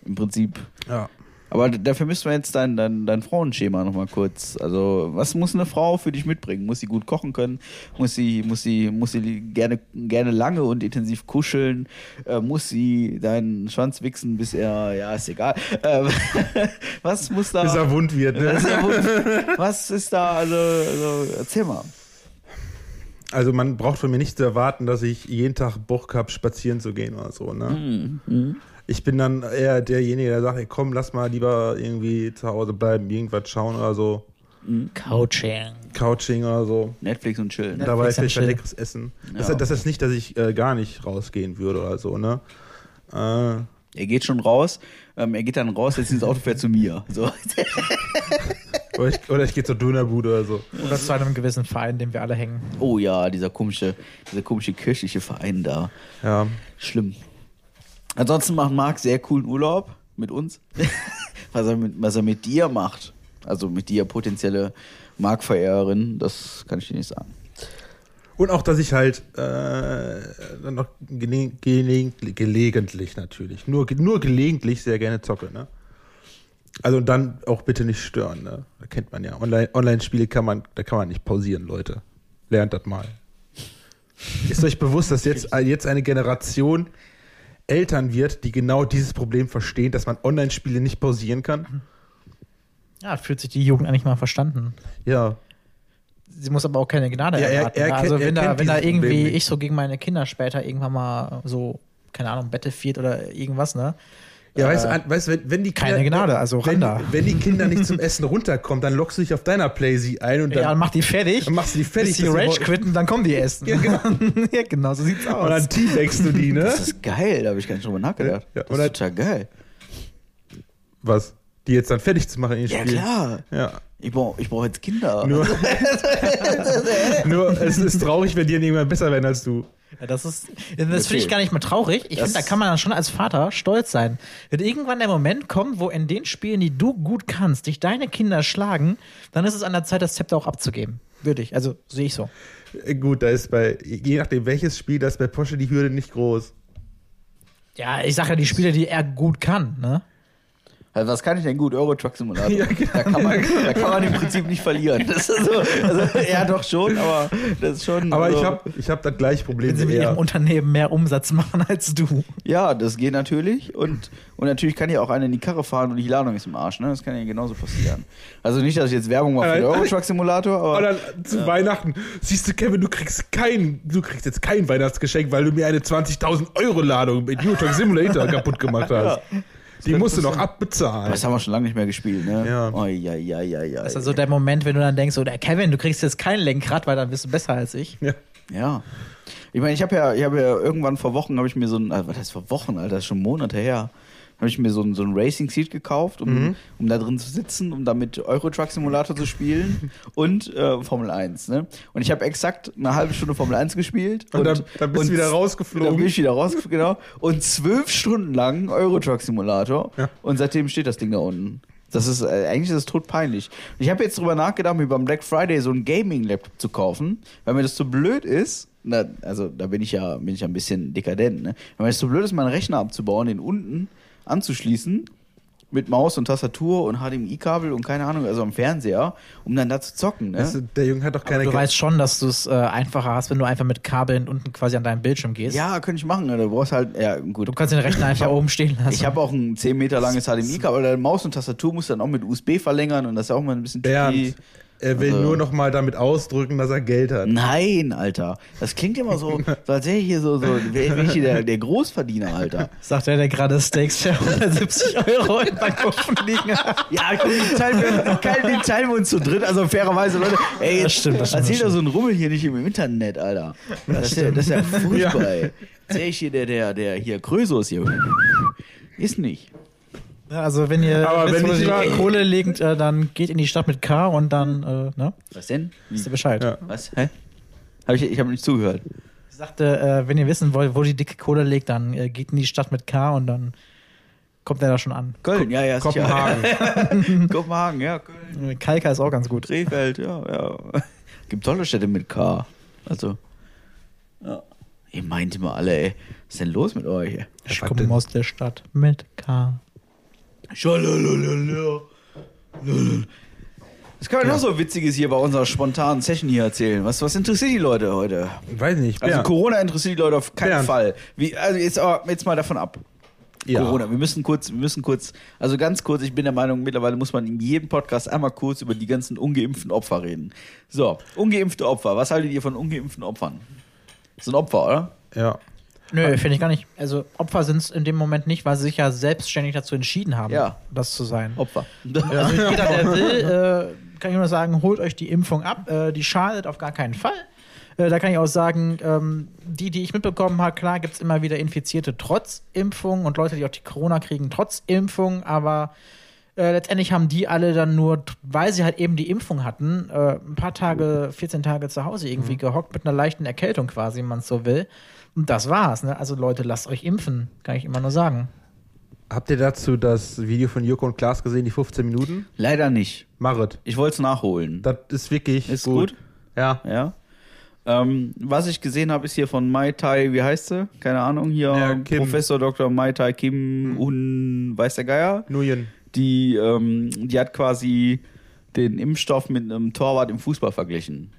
B: im Prinzip.
C: Ja.
B: Aber d- dafür müssen wir jetzt dein, dein, dein Frauenschema nochmal kurz. Also, was muss eine Frau für dich mitbringen? Muss sie gut kochen können? Muss sie, muss sie, muss sie gerne, gerne lange und intensiv kuscheln? Äh, muss sie deinen Schwanz wichsen, bis er, ja, ist egal. Ähm, *laughs* was muss da.
C: Bis er wund wird, ne?
B: Das ist ja wund- was ist da, also, also erzähl mal.
C: Also man braucht von mir nicht zu erwarten, dass ich jeden Tag Bock habe, spazieren zu gehen oder so, ne? Ich bin dann eher derjenige, der sagt, ey, komm, lass mal lieber irgendwie zu Hause bleiben, irgendwas schauen oder so,
D: Coaching.
C: Couching oder so.
B: Netflix und chillen. ne?
D: Ja.
C: Dabei
D: Netflix
C: vielleicht
D: und
C: was leckeres
D: Chill.
C: Essen. Das,
B: Ja.
C: das heißt nicht, dass ich äh, gar nicht rausgehen würde oder so, ne? Äh,
B: Er geht schon raus, ähm, er geht dann raus, jetzt ins Auto fährt zu mir. So. *laughs*
C: oder, ich, oder ich gehe zur Dönerbude oder so.
D: Oder zu einem gewissen Verein, dem wir alle hängen.
B: Oh ja, dieser komische, dieser komische kirchliche Verein da.
C: Ja.
B: Schlimm. Ansonsten macht Marc sehr coolen Urlaub mit uns. *laughs* was, er mit, was er mit dir macht. Also mit dir potenzielle Marc-Verehrerin, das kann ich dir nicht sagen.
C: Und auch, dass ich halt äh, dann noch gele gele gelegentlich natürlich, nur, ge- nur gelegentlich sehr gerne zocke, ne? Also dann auch bitte nicht stören, ne? Da kennt man ja. Online- Online-Spiele kann man, da kann man nicht pausieren, Leute. Lernt das mal. Ist euch bewusst, dass jetzt, äh, jetzt eine Generation Eltern wird, die genau dieses Problem verstehen, dass man Online-Spiele nicht pausieren kann?
D: Ja, fühlt sich die Jugend eigentlich mal verstanden.
C: Ja.
D: Sie muss aber auch keine Gnade
C: Ja, er-
D: erwarten.
C: er
D: ne?
C: kennt-
D: also
C: er
D: wenn da,
C: kennt
D: wenn da
C: dieses Problem
D: irgendwie
C: nicht.
D: ich so gegen meine Kinder später irgendwann mal so, keine Ahnung, Battlefield oder irgendwas, ne?
C: Ja,
D: Äh,
C: weißt du, an- weißt, du, wenn, wenn die
D: keine Gnade, also
C: wenn,
D: Randa.
C: wenn die Kinder nicht zum Essen runterkommen, dann lockst du dich auf deiner Playsee ein und dann,
D: ja, dann mach die fertig.
C: dann machst du die fertig.
D: Bis die
C: dass sie
D: Rage
C: wollen-
D: quitten, dann kommen die essen. *laughs* Ja, genau. so sieht's aus.
C: Und dann teabagst du die, ne?
B: Das ist geil, da habe ich gar nicht drüber nachgedacht.
C: Ja,
B: das
C: oder-
B: ist total geil.
C: Was? Die jetzt dann fertig zu machen in den
B: Ja,
C: Spielen.
B: klar.
C: Ja.
B: Ich brauche ich brauch jetzt Kinder.
C: Nur, *laughs* nur es ist traurig, wenn die irgendwann besser werden als du.
D: Ja, das ist, das finde ich gar nicht mal traurig. Ich
B: Das-
D: finde, da kann man dann schon als Vater stolz sein. Wenn irgendwann der Moment kommt, wo in den Spielen, die du gut kannst, dich deine Kinder schlagen, dann ist es an der Zeit, das Zepter auch abzugeben. Würde ich. Also sehe ich so.
C: Äh, Gut, da ist bei, je nachdem welches Spiel, da ist bei Porsche die Hürde nicht groß.
D: Ja, ich sage ja die Spiele, die er gut kann, ne?
B: Also was kann ich denn gut? Euro Truck
C: *laughs*
B: Simulator.
C: genau.
B: da, kann man, da kann man im Prinzip nicht verlieren. Das ist so, also, ja, doch schon, aber das ist schon.
C: Aber
B: also,
C: ich habe ich hab das gleiche Problem
D: Wenn sie
C: wie
D: mit
C: er.
D: ihrem Unternehmen mehr Umsatz machen *laughs* als du.
B: Ja, das geht natürlich. Und, und natürlich kann ja auch einer in die Karre fahren und die Ladung ist im Arsch. Ne? Das kann ja genauso passieren. Also nicht, dass ich jetzt Werbung mache für den
C: Aber-
B: Euro Truck Simulator,
C: Und
B: aber.
C: dann zu Weihnachten, siehst du, Kevin, du kriegst kein, du kriegst jetzt kein Weihnachtsgeschenk, weil du mir eine 20.000 Euro Ladung mit New Talk Simulator kaputt gemacht hast. Die musst du noch abbezahlen.
B: Das haben wir schon lange nicht mehr gespielt, ne?
C: Ja.
B: Oh, ja, ja, ja, ja.
D: Das ist also der Moment, wenn du dann denkst, oder Kevin, du kriegst jetzt kein Lenkrad, weil dann bist du besser als ich.
C: Ja.
B: Ja. Ich meine, ich habe ja, ich habe ja irgendwann vor Wochen, habe ich mir so ein, also was heißt vor Wochen, Alter, das ist schon Monate her, habe ich mir so ein, so ein Racing Seat gekauft, um,
C: Mhm.
B: um da drin zu sitzen, um damit Euro Truck Simulator zu
C: *laughs*
B: spielen und äh, Formel 1. Ne? Und ich habe exakt eine halbe Stunde Formel 1 gespielt.
C: Und dann- dann bist du wieder rausgeflogen.
B: Dann bin ich wieder rausgeflogen, genau. Und zwölf Stunden lang Euro Truck Simulator.
C: Ja.
B: Und seitdem steht das Ding da unten. Das ist äh, eigentlich ist das todpeinlich. Und ich habe jetzt drüber nachgedacht, mir beim Black Friday so einen Gaming-Laptop zu kaufen, weil mir das zu blöd ist. Na, also da bin ich ja bin ich ja ein bisschen dekadent, ne? Weil mir das zu blöd ist, meinen Rechner abzubauen, den unten anzuschließen mit Maus und Tastatur und HDMI-Kabel und keine Ahnung, also am Fernseher, um dann da zu zocken, ne?
C: Weißt du, der Junge hat doch keine
D: Du weißt schon, dass du es äh, einfacher hast, wenn du einfach mit Kabeln unten quasi an deinem Bildschirm gehst.
B: ja, könnte ich machen. ne? Du brauchst halt, ja gut,
D: Du kannst den
B: *laughs*
D: Rechner einfach oben stehen lassen.
B: Ich habe auch ein 10 Meter langes HDMI-Kabel, aber deine Maus und Tastatur musst du dann auch mit USB verlängern und das ist auch mal ein bisschen
C: Bernd,
B: tricky.
C: Er will
B: Also-
C: nur noch mal damit ausdrücken, dass er Geld hat.
B: Nein, Alter. Das klingt immer
D: *laughs*
B: so, so als wäre ich hier so, so wäre wär ich hier der, der Großverdiener, Alter.
D: Sagt er, der gerade Steaks für 170 Euro in Backofen liegen hat.
B: Ja, komm, den teilen, wir, kein- den teilen wir uns zu dritt. Also fairerweise, Leute. Ey,
D: Das stimmt, das stimmt,
B: erzähl
D: das
B: doch so einen Rummel hier nicht im Internet, Alter. Das, ist, ja, das ist ja furchtbar, ey. Sehe ich hier der, der, der hier Krösus hier. Ist nicht.
D: Ja, Also wenn ihr
C: Aber
D: wisst,
C: wenn
D: wo
C: ich
D: die
C: mal-
D: Kohle legt, äh, dann geht in die Stadt mit K und dann, äh, ne?
B: Was denn?
D: Wisst ihr Bescheid.
C: Ja.
B: Was? Hä? Hab ich ich habe nicht zugehört.
D: Ich sagte, äh, wenn ihr wissen wollt, wo die dicke Kohle liegt, dann äh, geht in die Stadt mit K und dann kommt er da schon an.
B: Köln, ja, ja. sicher.
C: Kopenhagen.
B: Kopenhagen, ja, Köln.
D: Kalka ist auch ganz gut.
B: Krefeld, ja, ja. *laughs* Gibt tolle Städte mit K. Also. Ja. Ihr meint immer alle, ey. Was ist denn los mit euch? ey?
D: Ich
C: Was denn?
D: komme aus der Stadt mit K.
B: Schalalalala. Was kann man noch so Witziges hier bei unserer spontanen Session hier erzählen? Was, was interessiert die Leute heute?
C: Weiß nicht.
B: Also
C: Bernd.
B: Corona interessiert die Leute auf keinen
C: Bernd.
B: Fall. Wie, also jetzt, aber jetzt mal davon ab.
C: ja.
B: Corona. Wir müssen kurz, wir müssen kurz, also ganz kurz, ich bin der Meinung, mittlerweile muss man in jedem Podcast einmal kurz über die ganzen ungeimpften Opfer reden. So, ungeimpfte Opfer. Was haltet ihr von ungeimpften Opfern? Das sind Opfer, oder?
C: Ja.
D: Nö, finde ich gar nicht. Also Opfer sind es in dem Moment nicht, weil sie sich ja selbstständig dazu entschieden haben,
B: Ja.
D: das zu sein.
B: Opfer.
D: Also *laughs* jeder, der will, äh, kann ich nur sagen, holt euch die Impfung ab. Äh, die schadet auf gar keinen Fall. Äh, da kann ich auch sagen, ähm, die, die ich mitbekommen habe, klar gibt es immer wieder Infizierte trotz Impfung und Leute, die auch die Corona kriegen, trotz Impfung, aber äh, letztendlich haben die alle dann nur, weil sie halt eben die Impfung hatten, äh, ein paar Tage, 14 Tage zu Hause irgendwie gehockt mit einer leichten Erkältung quasi, wenn man es so will. Und das war's. Ne? Also Leute, lasst euch impfen, kann ich immer nur sagen.
C: Habt ihr dazu das Video von Joko und Klaas gesehen, die 15 Minuten?
B: *laughs* Leider nicht.
C: Machet.
B: Ich wollte es nachholen.
C: Das ist wirklich
B: Ist gut?
C: Ja.
B: Ja. Ähm, was ich gesehen habe, ist hier von Mai Tai, wie heißt sie? Keine Ahnung, hier
C: Ja, Kim. Hm.
B: Professor Dr. Mai Tai Kim Un, weiß der Geier.
C: Nuyen.
B: Die, ähm, die hat quasi den Impfstoff mit einem Torwart im Fußball verglichen.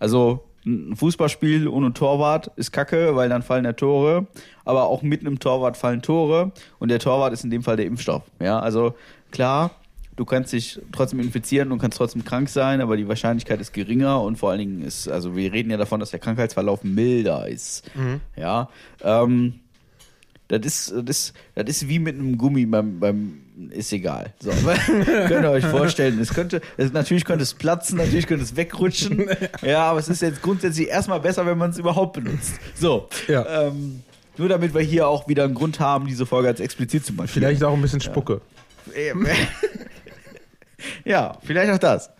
B: Also ein Fußballspiel ohne Torwart ist kacke, weil dann fallen ja Tore. Aber auch mit einem Torwart fallen Tore. Und der Torwart ist in dem Fall der Impfstoff. Ja, also klar, du kannst dich trotzdem infizieren und kannst trotzdem krank sein, aber die Wahrscheinlichkeit ist geringer und vor allen Dingen ist, also wir reden ja davon, dass der Krankheitsverlauf milder ist. Ja, ähm, das ist, das, ist, das ist wie mit einem Gummi beim, beim ist egal. So, *laughs* könnt ihr euch vorstellen. Es könnte, es, natürlich könnte es platzen, natürlich könnte es wegrutschen. Ja, aber es ist jetzt grundsätzlich erstmal besser, wenn man es überhaupt benutzt. So.
C: Ja.
B: Ähm, nur damit wir hier auch wieder einen Grund haben, diese Folge als explizit zu machen.
C: Vielleicht auch ein bisschen Spucke.
B: Ähm, *laughs* ja, vielleicht auch das.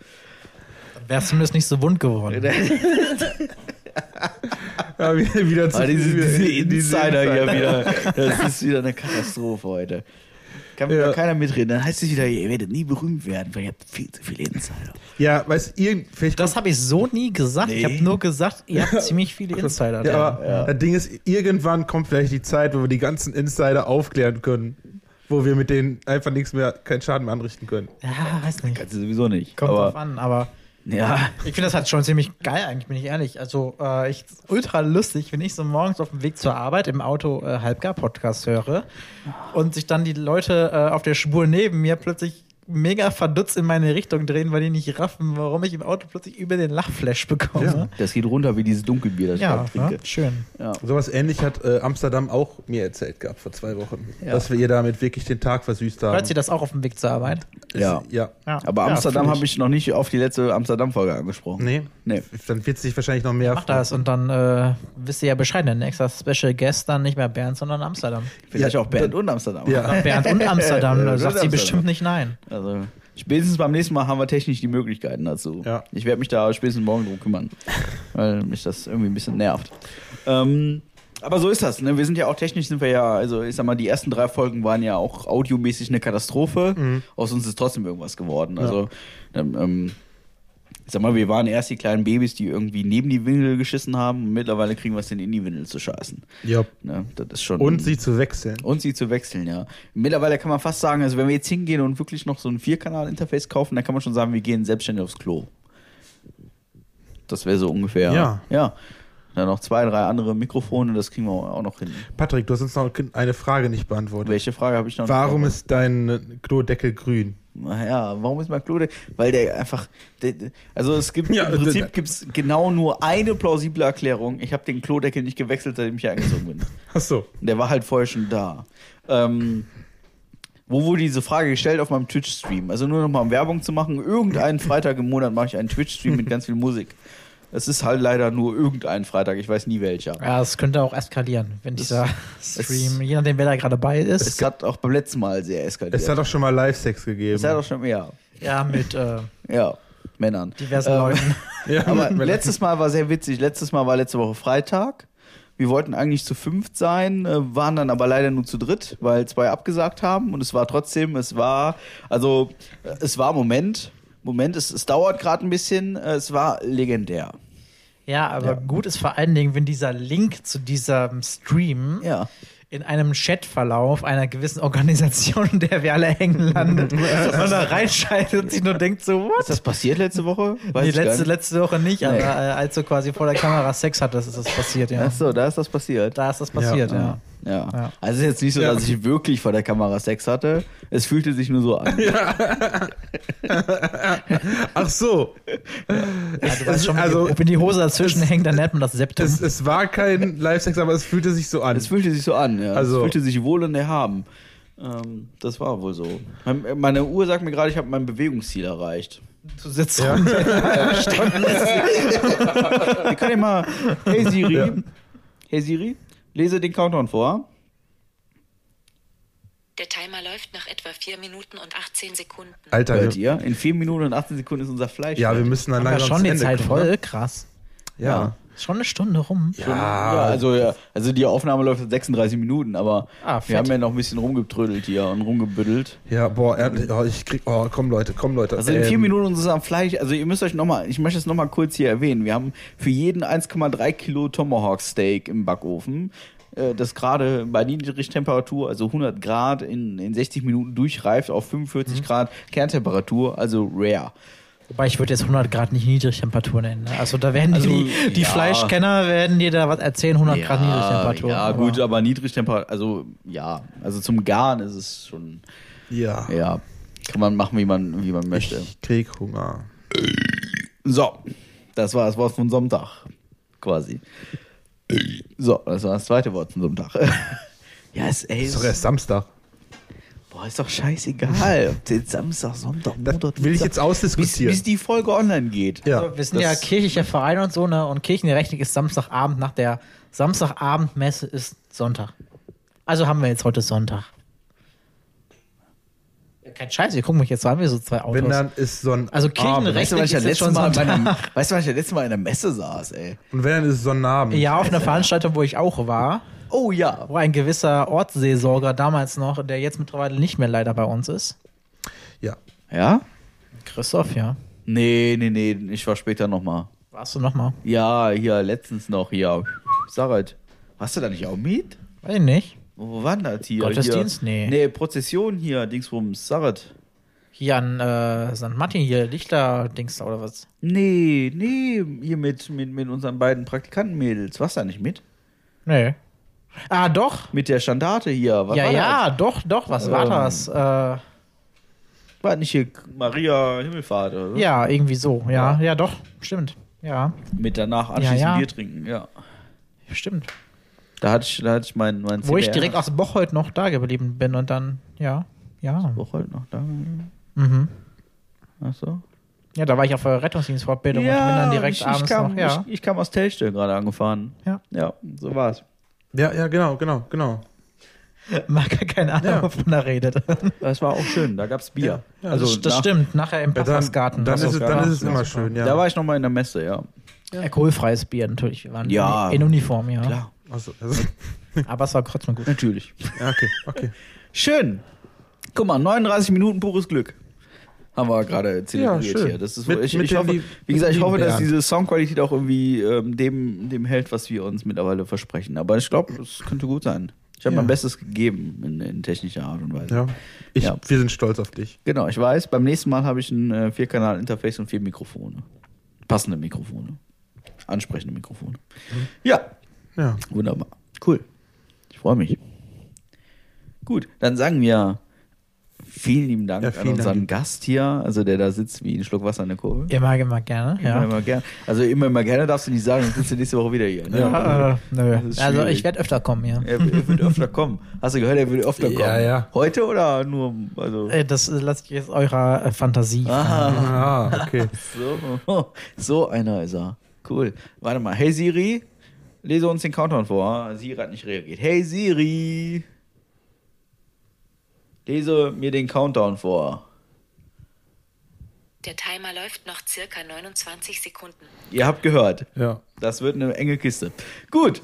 D: Wär's zumindest nicht so wund geworden.
C: Ja, *laughs* wieder, wieder zu
B: Aber Ah, diese, diese
C: viel- diese
B: Insider hier
C: Insider.
B: wieder, das ist wieder eine Katastrophe heute. Kann
C: Ja.
B: wieder keiner mitreden. Dann heißt es wieder, ihr werdet nie berühmt werden, weil ihr habt viel zu viele Insider.
C: Ja, weißt du, irgend- vielleicht
D: Das habe ich so nie gesagt. Ich
B: Nee.
D: habe nur gesagt,
B: *laughs*
D: ihr habt ziemlich viele
C: Ja,
D: Insider. da.
C: aber das Ding ist, irgendwann kommt vielleicht die Zeit, wo wir die ganzen Insider aufklären können, wo wir mit denen einfach nichts mehr, keinen Schaden mehr anrichten können.
D: ja, weiß nicht.
B: Kannst du sowieso nicht.
D: Kommt
B: aber,
D: drauf an, aber
B: Ja,
D: ich finde das halt schon ziemlich geil, eigentlich, bin ich ehrlich. Also, äh, ich ultra lustig, wenn ich so morgens auf dem Weg zur Arbeit im Auto äh, Halbgar-Podcast höre und sich dann die Leute äh, auf der Spur neben mir plötzlich mega verdutzt in meine Richtung drehen, weil die nicht raffen, warum ich im Auto plötzlich über den Lachflash bekomme.
B: das geht runter wie dieses Dunkelbier, das
D: Ja,
B: ich gerade
D: ne?
B: trinke.
D: schön.
C: Sowas ähnlich hat äh, Amsterdam auch mir erzählt gehabt vor zwei Wochen,
B: Ja.
C: dass wir ihr damit wirklich den Tag versüßt haben.
D: Hört sie das auch auf dem Weg zur Arbeit?
B: Ja.
C: Ja.
D: Ja.
B: Aber
D: Ja,
B: Amsterdam
D: fühl
B: habe ich noch nicht auf die letzte Amsterdam-Folge angesprochen.
C: Nee.
B: Nee.
C: Dann wird sich wahrscheinlich noch mehr.
D: Mach das und dann äh, wisst ihr ja Bescheid. Der nächste Special Guest dann nicht mehr Bernd, sondern Amsterdam.
B: Vielleicht
C: Ja,
B: auch Bernd und Amsterdam.
C: Ja.
D: Bernd
B: *laughs*
D: und Amsterdam,
B: Ja,
D: da
B: und
D: sagt sie
B: Amsterdam.
D: bestimmt nicht nein.
B: Also spätestens beim nächsten Mal haben wir technisch die Möglichkeiten dazu.
C: Ja.
B: Ich werde mich da spätestens morgen drum
C: *laughs*
B: kümmern, weil mich das irgendwie ein bisschen nervt. Ähm, aber so ist das. Ne? Wir sind ja auch technisch sind wir ja, also ich sag mal, die ersten drei Folgen waren ja auch audiomäßig eine Katastrophe.
C: Mhm.
B: Aus uns ist trotzdem irgendwas geworden. Also ähm, ähm, ich sag mal, wir waren erst die kleinen Babys, die irgendwie neben die Windel geschissen haben. Und mittlerweile kriegen wir es denn in die Windel zu scheißen.
C: Ja.
B: Ne? Das ist schon
C: Und sie zu wechseln.
B: und sie zu wechseln, ja. Mittlerweile kann man fast sagen, also wenn wir jetzt hingehen und wirklich noch so ein Vierkanal-Interface kaufen, dann kann man schon sagen, wir gehen selbstständig aufs Klo. Das wäre so ungefähr.
C: Ja.
B: Ja. Dann noch zwei, drei andere Mikrofone, das kriegen wir auch noch hin.
C: Patrick, du hast uns noch eine Frage nicht beantwortet.
B: Welche Frage habe ich noch?
C: Warum ist dein Klodeckel grün?
B: Ja, warum ist McClure? Weil der einfach. Der, der- also es gibt
C: *laughs* Ja,
B: im
C: der-
B: Prinzip gibt's genau nur eine plausible Erklärung. Ich habe den Klodeckel nicht gewechselt, seitdem ich hier eingezogen bin.
C: Ach so.
B: Der war halt vorher schon da. Ähm, wo wurde diese Frage gestellt auf meinem Twitch-Stream? Also nur nochmal um Werbung zu machen. Irgendeinen Freitag im Monat mache ich einen Twitch-Stream mit ganz viel Musik. Es ist halt leider nur irgendein Freitag, ich weiß nie welcher.
D: Ja, es könnte auch eskalieren, wenn ich da
B: Das-
D: stream, je nachdem, wer da gerade bei ist.
B: Es hat auch beim letzten Mal sehr eskaliert.
C: Es hat auch schon mal Live-Sex gegeben.
B: es hat auch schon mehr.
D: Ja, mit äh,
B: Ja, Männern.
D: diversen
B: Ähm,
D: Leuten.
C: ja,
B: Aber
C: *laughs* wenn-
B: letztes Mal war sehr witzig. Letztes Mal war letzte Woche Freitag. Wir wollten eigentlich zu fünft sein, äh, waren dann aber leider nur zu dritt, weil zwei abgesagt haben. Und es war trotzdem, es war, also äh, es war Moment. Moment, es, es dauert gerade ein bisschen. äh, Es war legendär.
D: *laughs* Ja, aber
B: Ja.
D: gut ist vor allen Dingen, wenn dieser Link zu diesem Stream
B: Ja.
D: in einem Chatverlauf einer gewissen Organisation, *laughs* in der wir alle hängen, landet *laughs* und da reinschaltet und sich nur denkt
B: Ist
D: so, what?
B: das passiert letzte Woche? Weiß
D: Nee,
B: ich gar
D: letzte,
B: nicht.
D: letzte Woche nicht, aber äh, als du quasi vor der Kamera Sex hattest, ist das passiert, ja.
B: Ach so, da ist das passiert.
D: Da ist das passiert, ja.
B: ja. Ja.
D: Ja.
B: Also es ist jetzt nicht so,
C: Ja.
B: dass ich wirklich vor der Kamera Sex hatte. Es fühlte sich nur so an.
C: Ach so.
D: ja. du weißt schon, wenn
C: also-
D: die- wenn die Hose dazwischen hängt, dann nennt man das Septum.
C: Es, es war kein Live-Sex, aber es fühlte sich so an.
B: Es fühlte sich so an, ja.
C: Also-
B: es fühlte sich wohl und erhaben. Ähm, das war wohl so. Mein- Meine Uhr sagt mir gerade, ich habe mein Bewegungsziel erreicht.
D: zu sitzen.
C: Ja.
B: Wir können ja mal.
C: *laughs*
B: Hey Siri.
C: Ja.
B: Hey Siri, lese den Countdown vor.
E: Der Timer läuft nach etwa 4 Minuten und 18 Sekunden.
C: Alter,
B: Hört
C: wir,
B: ihr? In 4 Minuten und 18 Sekunden ist unser Fleisch.
C: ja, wir
B: fertig.
C: müssen dann
D: Haben wir
C: langsam
D: schon
C: zum
D: die
C: Ende
D: Zeit
C: kommen,
D: voll,
C: ne?
D: krass.
C: Ja.
D: Schon eine Stunde rum.
C: Ja.
B: Ja, also, ja, also die Aufnahme läuft jetzt 36 Minuten, aber
D: Ah, fett.
B: wir haben ja noch ein bisschen rumgetrödelt hier und rumgebüddelt.
C: ja, boah, ehrlich, oh, ich krieg, oh, komm Leute, komm Leute.
B: Also in
C: Ähm,
B: vier Minuten ist es am Fleisch. Also ihr müsst euch nochmal, ich möchte es nochmal kurz hier erwähnen. Wir haben für jeden 1,3 Kilo Tomahawk Steak im Backofen, äh, das gerade bei Niedrigtemperatur, also 100 Grad in, in 60 Minuten durchreift auf
C: Mhm.
B: 45 Grad Kerntemperatur, also rare.
D: Wobei ich würde jetzt 100 Grad nicht Niedrigtemperatur nennen. ne? Also da werden
B: Also,
D: die, die
B: ja.
D: Fleischkenner werden dir da was erzählen, 100 Grad Niedrigtemperatur.
B: ja gut, aber Niedrigtemperatur, also ja, also zum Garen ist es schon,
C: Ja.
B: ja, kann man machen, wie man, wie man möchte.
C: Ich krieg Hunger.
B: So, das war das Wort von Sonntag. Quasi. So, das war das zweite Wort von Sonntag. *laughs* ja, ist, ey,
C: Ist doch
B: ist,
C: erst Samstag.
B: boah, ist doch scheißegal. ob jetzt Samstag, Sonntag,
C: Das
B: Montag,
C: will ich
B: Dienstag,
C: jetzt ausdiskutieren.
B: Bis, bis die Folge online geht.
C: Ja.
D: Also, wir sind ja
B: das-
D: kirchlicher Verein und so, ne? Und Kirchenrechtlich ist Samstagabend nach der Samstagabendmesse ist Sonntag. Also haben wir jetzt heute Sonntag. Ja, Kein Scheiß, wir gucken mich jetzt so an, wir so zwei Autos.
C: Wenn dann ist Sonnabend.
D: Also Kirchenrecht-
B: Weißt du, was ich das
D: Ist jetzt
B: letzte
D: schon
B: Mal bei
D: Sonntag.
B: einer, weißt du, was ich das letzte Mal in der Messe saß, ey?
C: Und wenn dann ist Sonnabend.
D: ja, auf einer Veranstaltung, wo ich auch war,
B: Oh ja.
D: wo ein gewisser Ortsseelsorger damals noch, der jetzt mittlerweile nicht mehr leider bei uns ist.
C: Ja.
B: Ja?
D: Christoph, ja.
B: Nee, nee, nee, ich war später nochmal.
D: Warst du nochmal?
B: Ja, hier, letztens noch, hier. Sag halt, warst du da nicht auch mit?
D: Weiß ich nicht.
B: Wo war denn das hier?
D: Gottesdienst?
B: Hier.
D: Nee.
B: Nee, Prozession hier, Dingsbums, Sarat.
D: Hier an äh, St. Martin, hier Lichter-Dings da oder was?
B: Nee, nee, hier mit, mit, mit unseren beiden Praktikantenmädels. Warst du da nicht mit?
D: Nee. Ah, doch.
B: Mit der Standarte hier. Was
D: ja,
B: war
D: ja, doch, doch. Was war
B: Ähm.
D: das? Äh,
B: Das? War nicht hier Maria Himmelfahrt oder? so?
D: ja, irgendwie so. Ja, ja,
B: hm? Ja.
D: doch. Stimmt. Ja,
B: Mit danach anschließend
D: Ja, ja.
B: Bier trinken, ja.
D: stimmt.
B: Da hatte ich, da hatte ich meinen mein
D: Wo ich
B: CBR.
D: direkt aus Bocholt noch da geblieben bin und dann, ja, ja.
B: Wo heute noch da?
D: Mhm.
B: Ach so.
D: Ja, da war ich auf der Rettungsdienstfortbildung und bin dann direkt
B: ich,
D: abends
B: ich kam,
D: noch. Ja.
B: ich, ich kam aus Telste gerade angefahren.
D: Ja.
B: Ja, so war's.
C: Ja, ja, genau, genau, genau.
D: Mag ja keine Ahnung,
C: Ja.
D: wovon er redet.
B: Das war auch schön, da gab's Bier.
C: Ja, ja,
D: Also, das,
B: nach-
D: stimmt. Nachher im also
C: Ja, dann,
D: Passasgarten.
C: dann, ist es,
B: Passwort,
C: dann
B: ja.
C: ist es immer schön, ja.
B: Da war ich nochmal in der Messe, ja.
D: Alkoholfreies Bier natürlich. Wir waren
B: Ja.
D: in Uniform, ja.
B: Klar,
C: Achso, also,
D: Aber es war trotzdem gut.
B: natürlich.
C: ja, okay, okay.
B: Schön. Guck mal, 39 Minuten pures Glück. Haben wir gerade zelebriert
C: Ja, schön.
B: hier. Das ist,
C: Mit-
B: ich,
C: mit
B: ich
C: den
B: hoffe,
C: Lieb-
B: wie gesagt, ich
C: mit den
B: hoffe, dass
C: Lieben.
B: diese Soundqualität auch irgendwie ähm, dem, dem hält, was wir uns mittlerweile versprechen. Aber ich glaube, es könnte gut sein. Ich habe
C: Ja.
B: mein Bestes gegeben in, in technischer Art und Weise.
C: Ja. Ich,
B: Ja.
C: Wir sind stolz auf dich.
B: Genau, ich weiß, beim nächsten Mal habe ich ein äh, Vierkanal-Interface und vier Mikrofone. Passende Mikrofone. Ansprechende Mikrofone.
C: Mhm.
B: Ja,
C: Ja.
B: Wunderbar. Cool. Ich freue mich. Gut, dann sagen wir Vielen lieben Dank
C: Ja, vielen
B: an unseren
C: Dank.
B: Gast hier, also der da sitzt wie ein Schluck Wasser in der Kurve.
D: Immer, immer gerne.
B: Immer,
D: Ja.
B: immer gerne. Also immer, immer gerne darfst du nicht sagen, dann sitzt du nächste Woche wieder hier. ne?
D: Ja, äh, nö.
B: Das ist
D: Also
B: schwierig.
D: ich werde öfter kommen, ja.
B: Er, er wird öfter kommen. Hast du gehört, er wird öfter kommen?
C: Ja, ja.
B: Heute oder nur? Also,
D: Äh, Das lasse ich jetzt eurer äh, Fantasie.
B: Aha.
C: Ah, okay.
B: so, *laughs* so einer ist er. Cool. Warte mal. Hey Siri, lese uns den Countdown vor. Siri hat nicht reagiert. Hey Siri, lese mir den Countdown vor.
E: Der Timer läuft noch circa 29 Sekunden.
B: Ihr habt gehört.
C: Ja.
B: Das wird eine enge Kiste. Gut.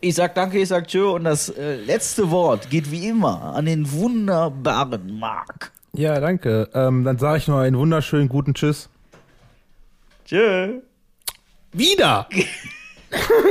B: Ich sag danke, ich sag tschö und das äh, letzte Wort geht wie immer an den wunderbaren Marc.
C: Ja, danke. Ähm, dann sage ich noch einen wunderschönen guten Tschüss.
B: Tschö.
C: Wieder!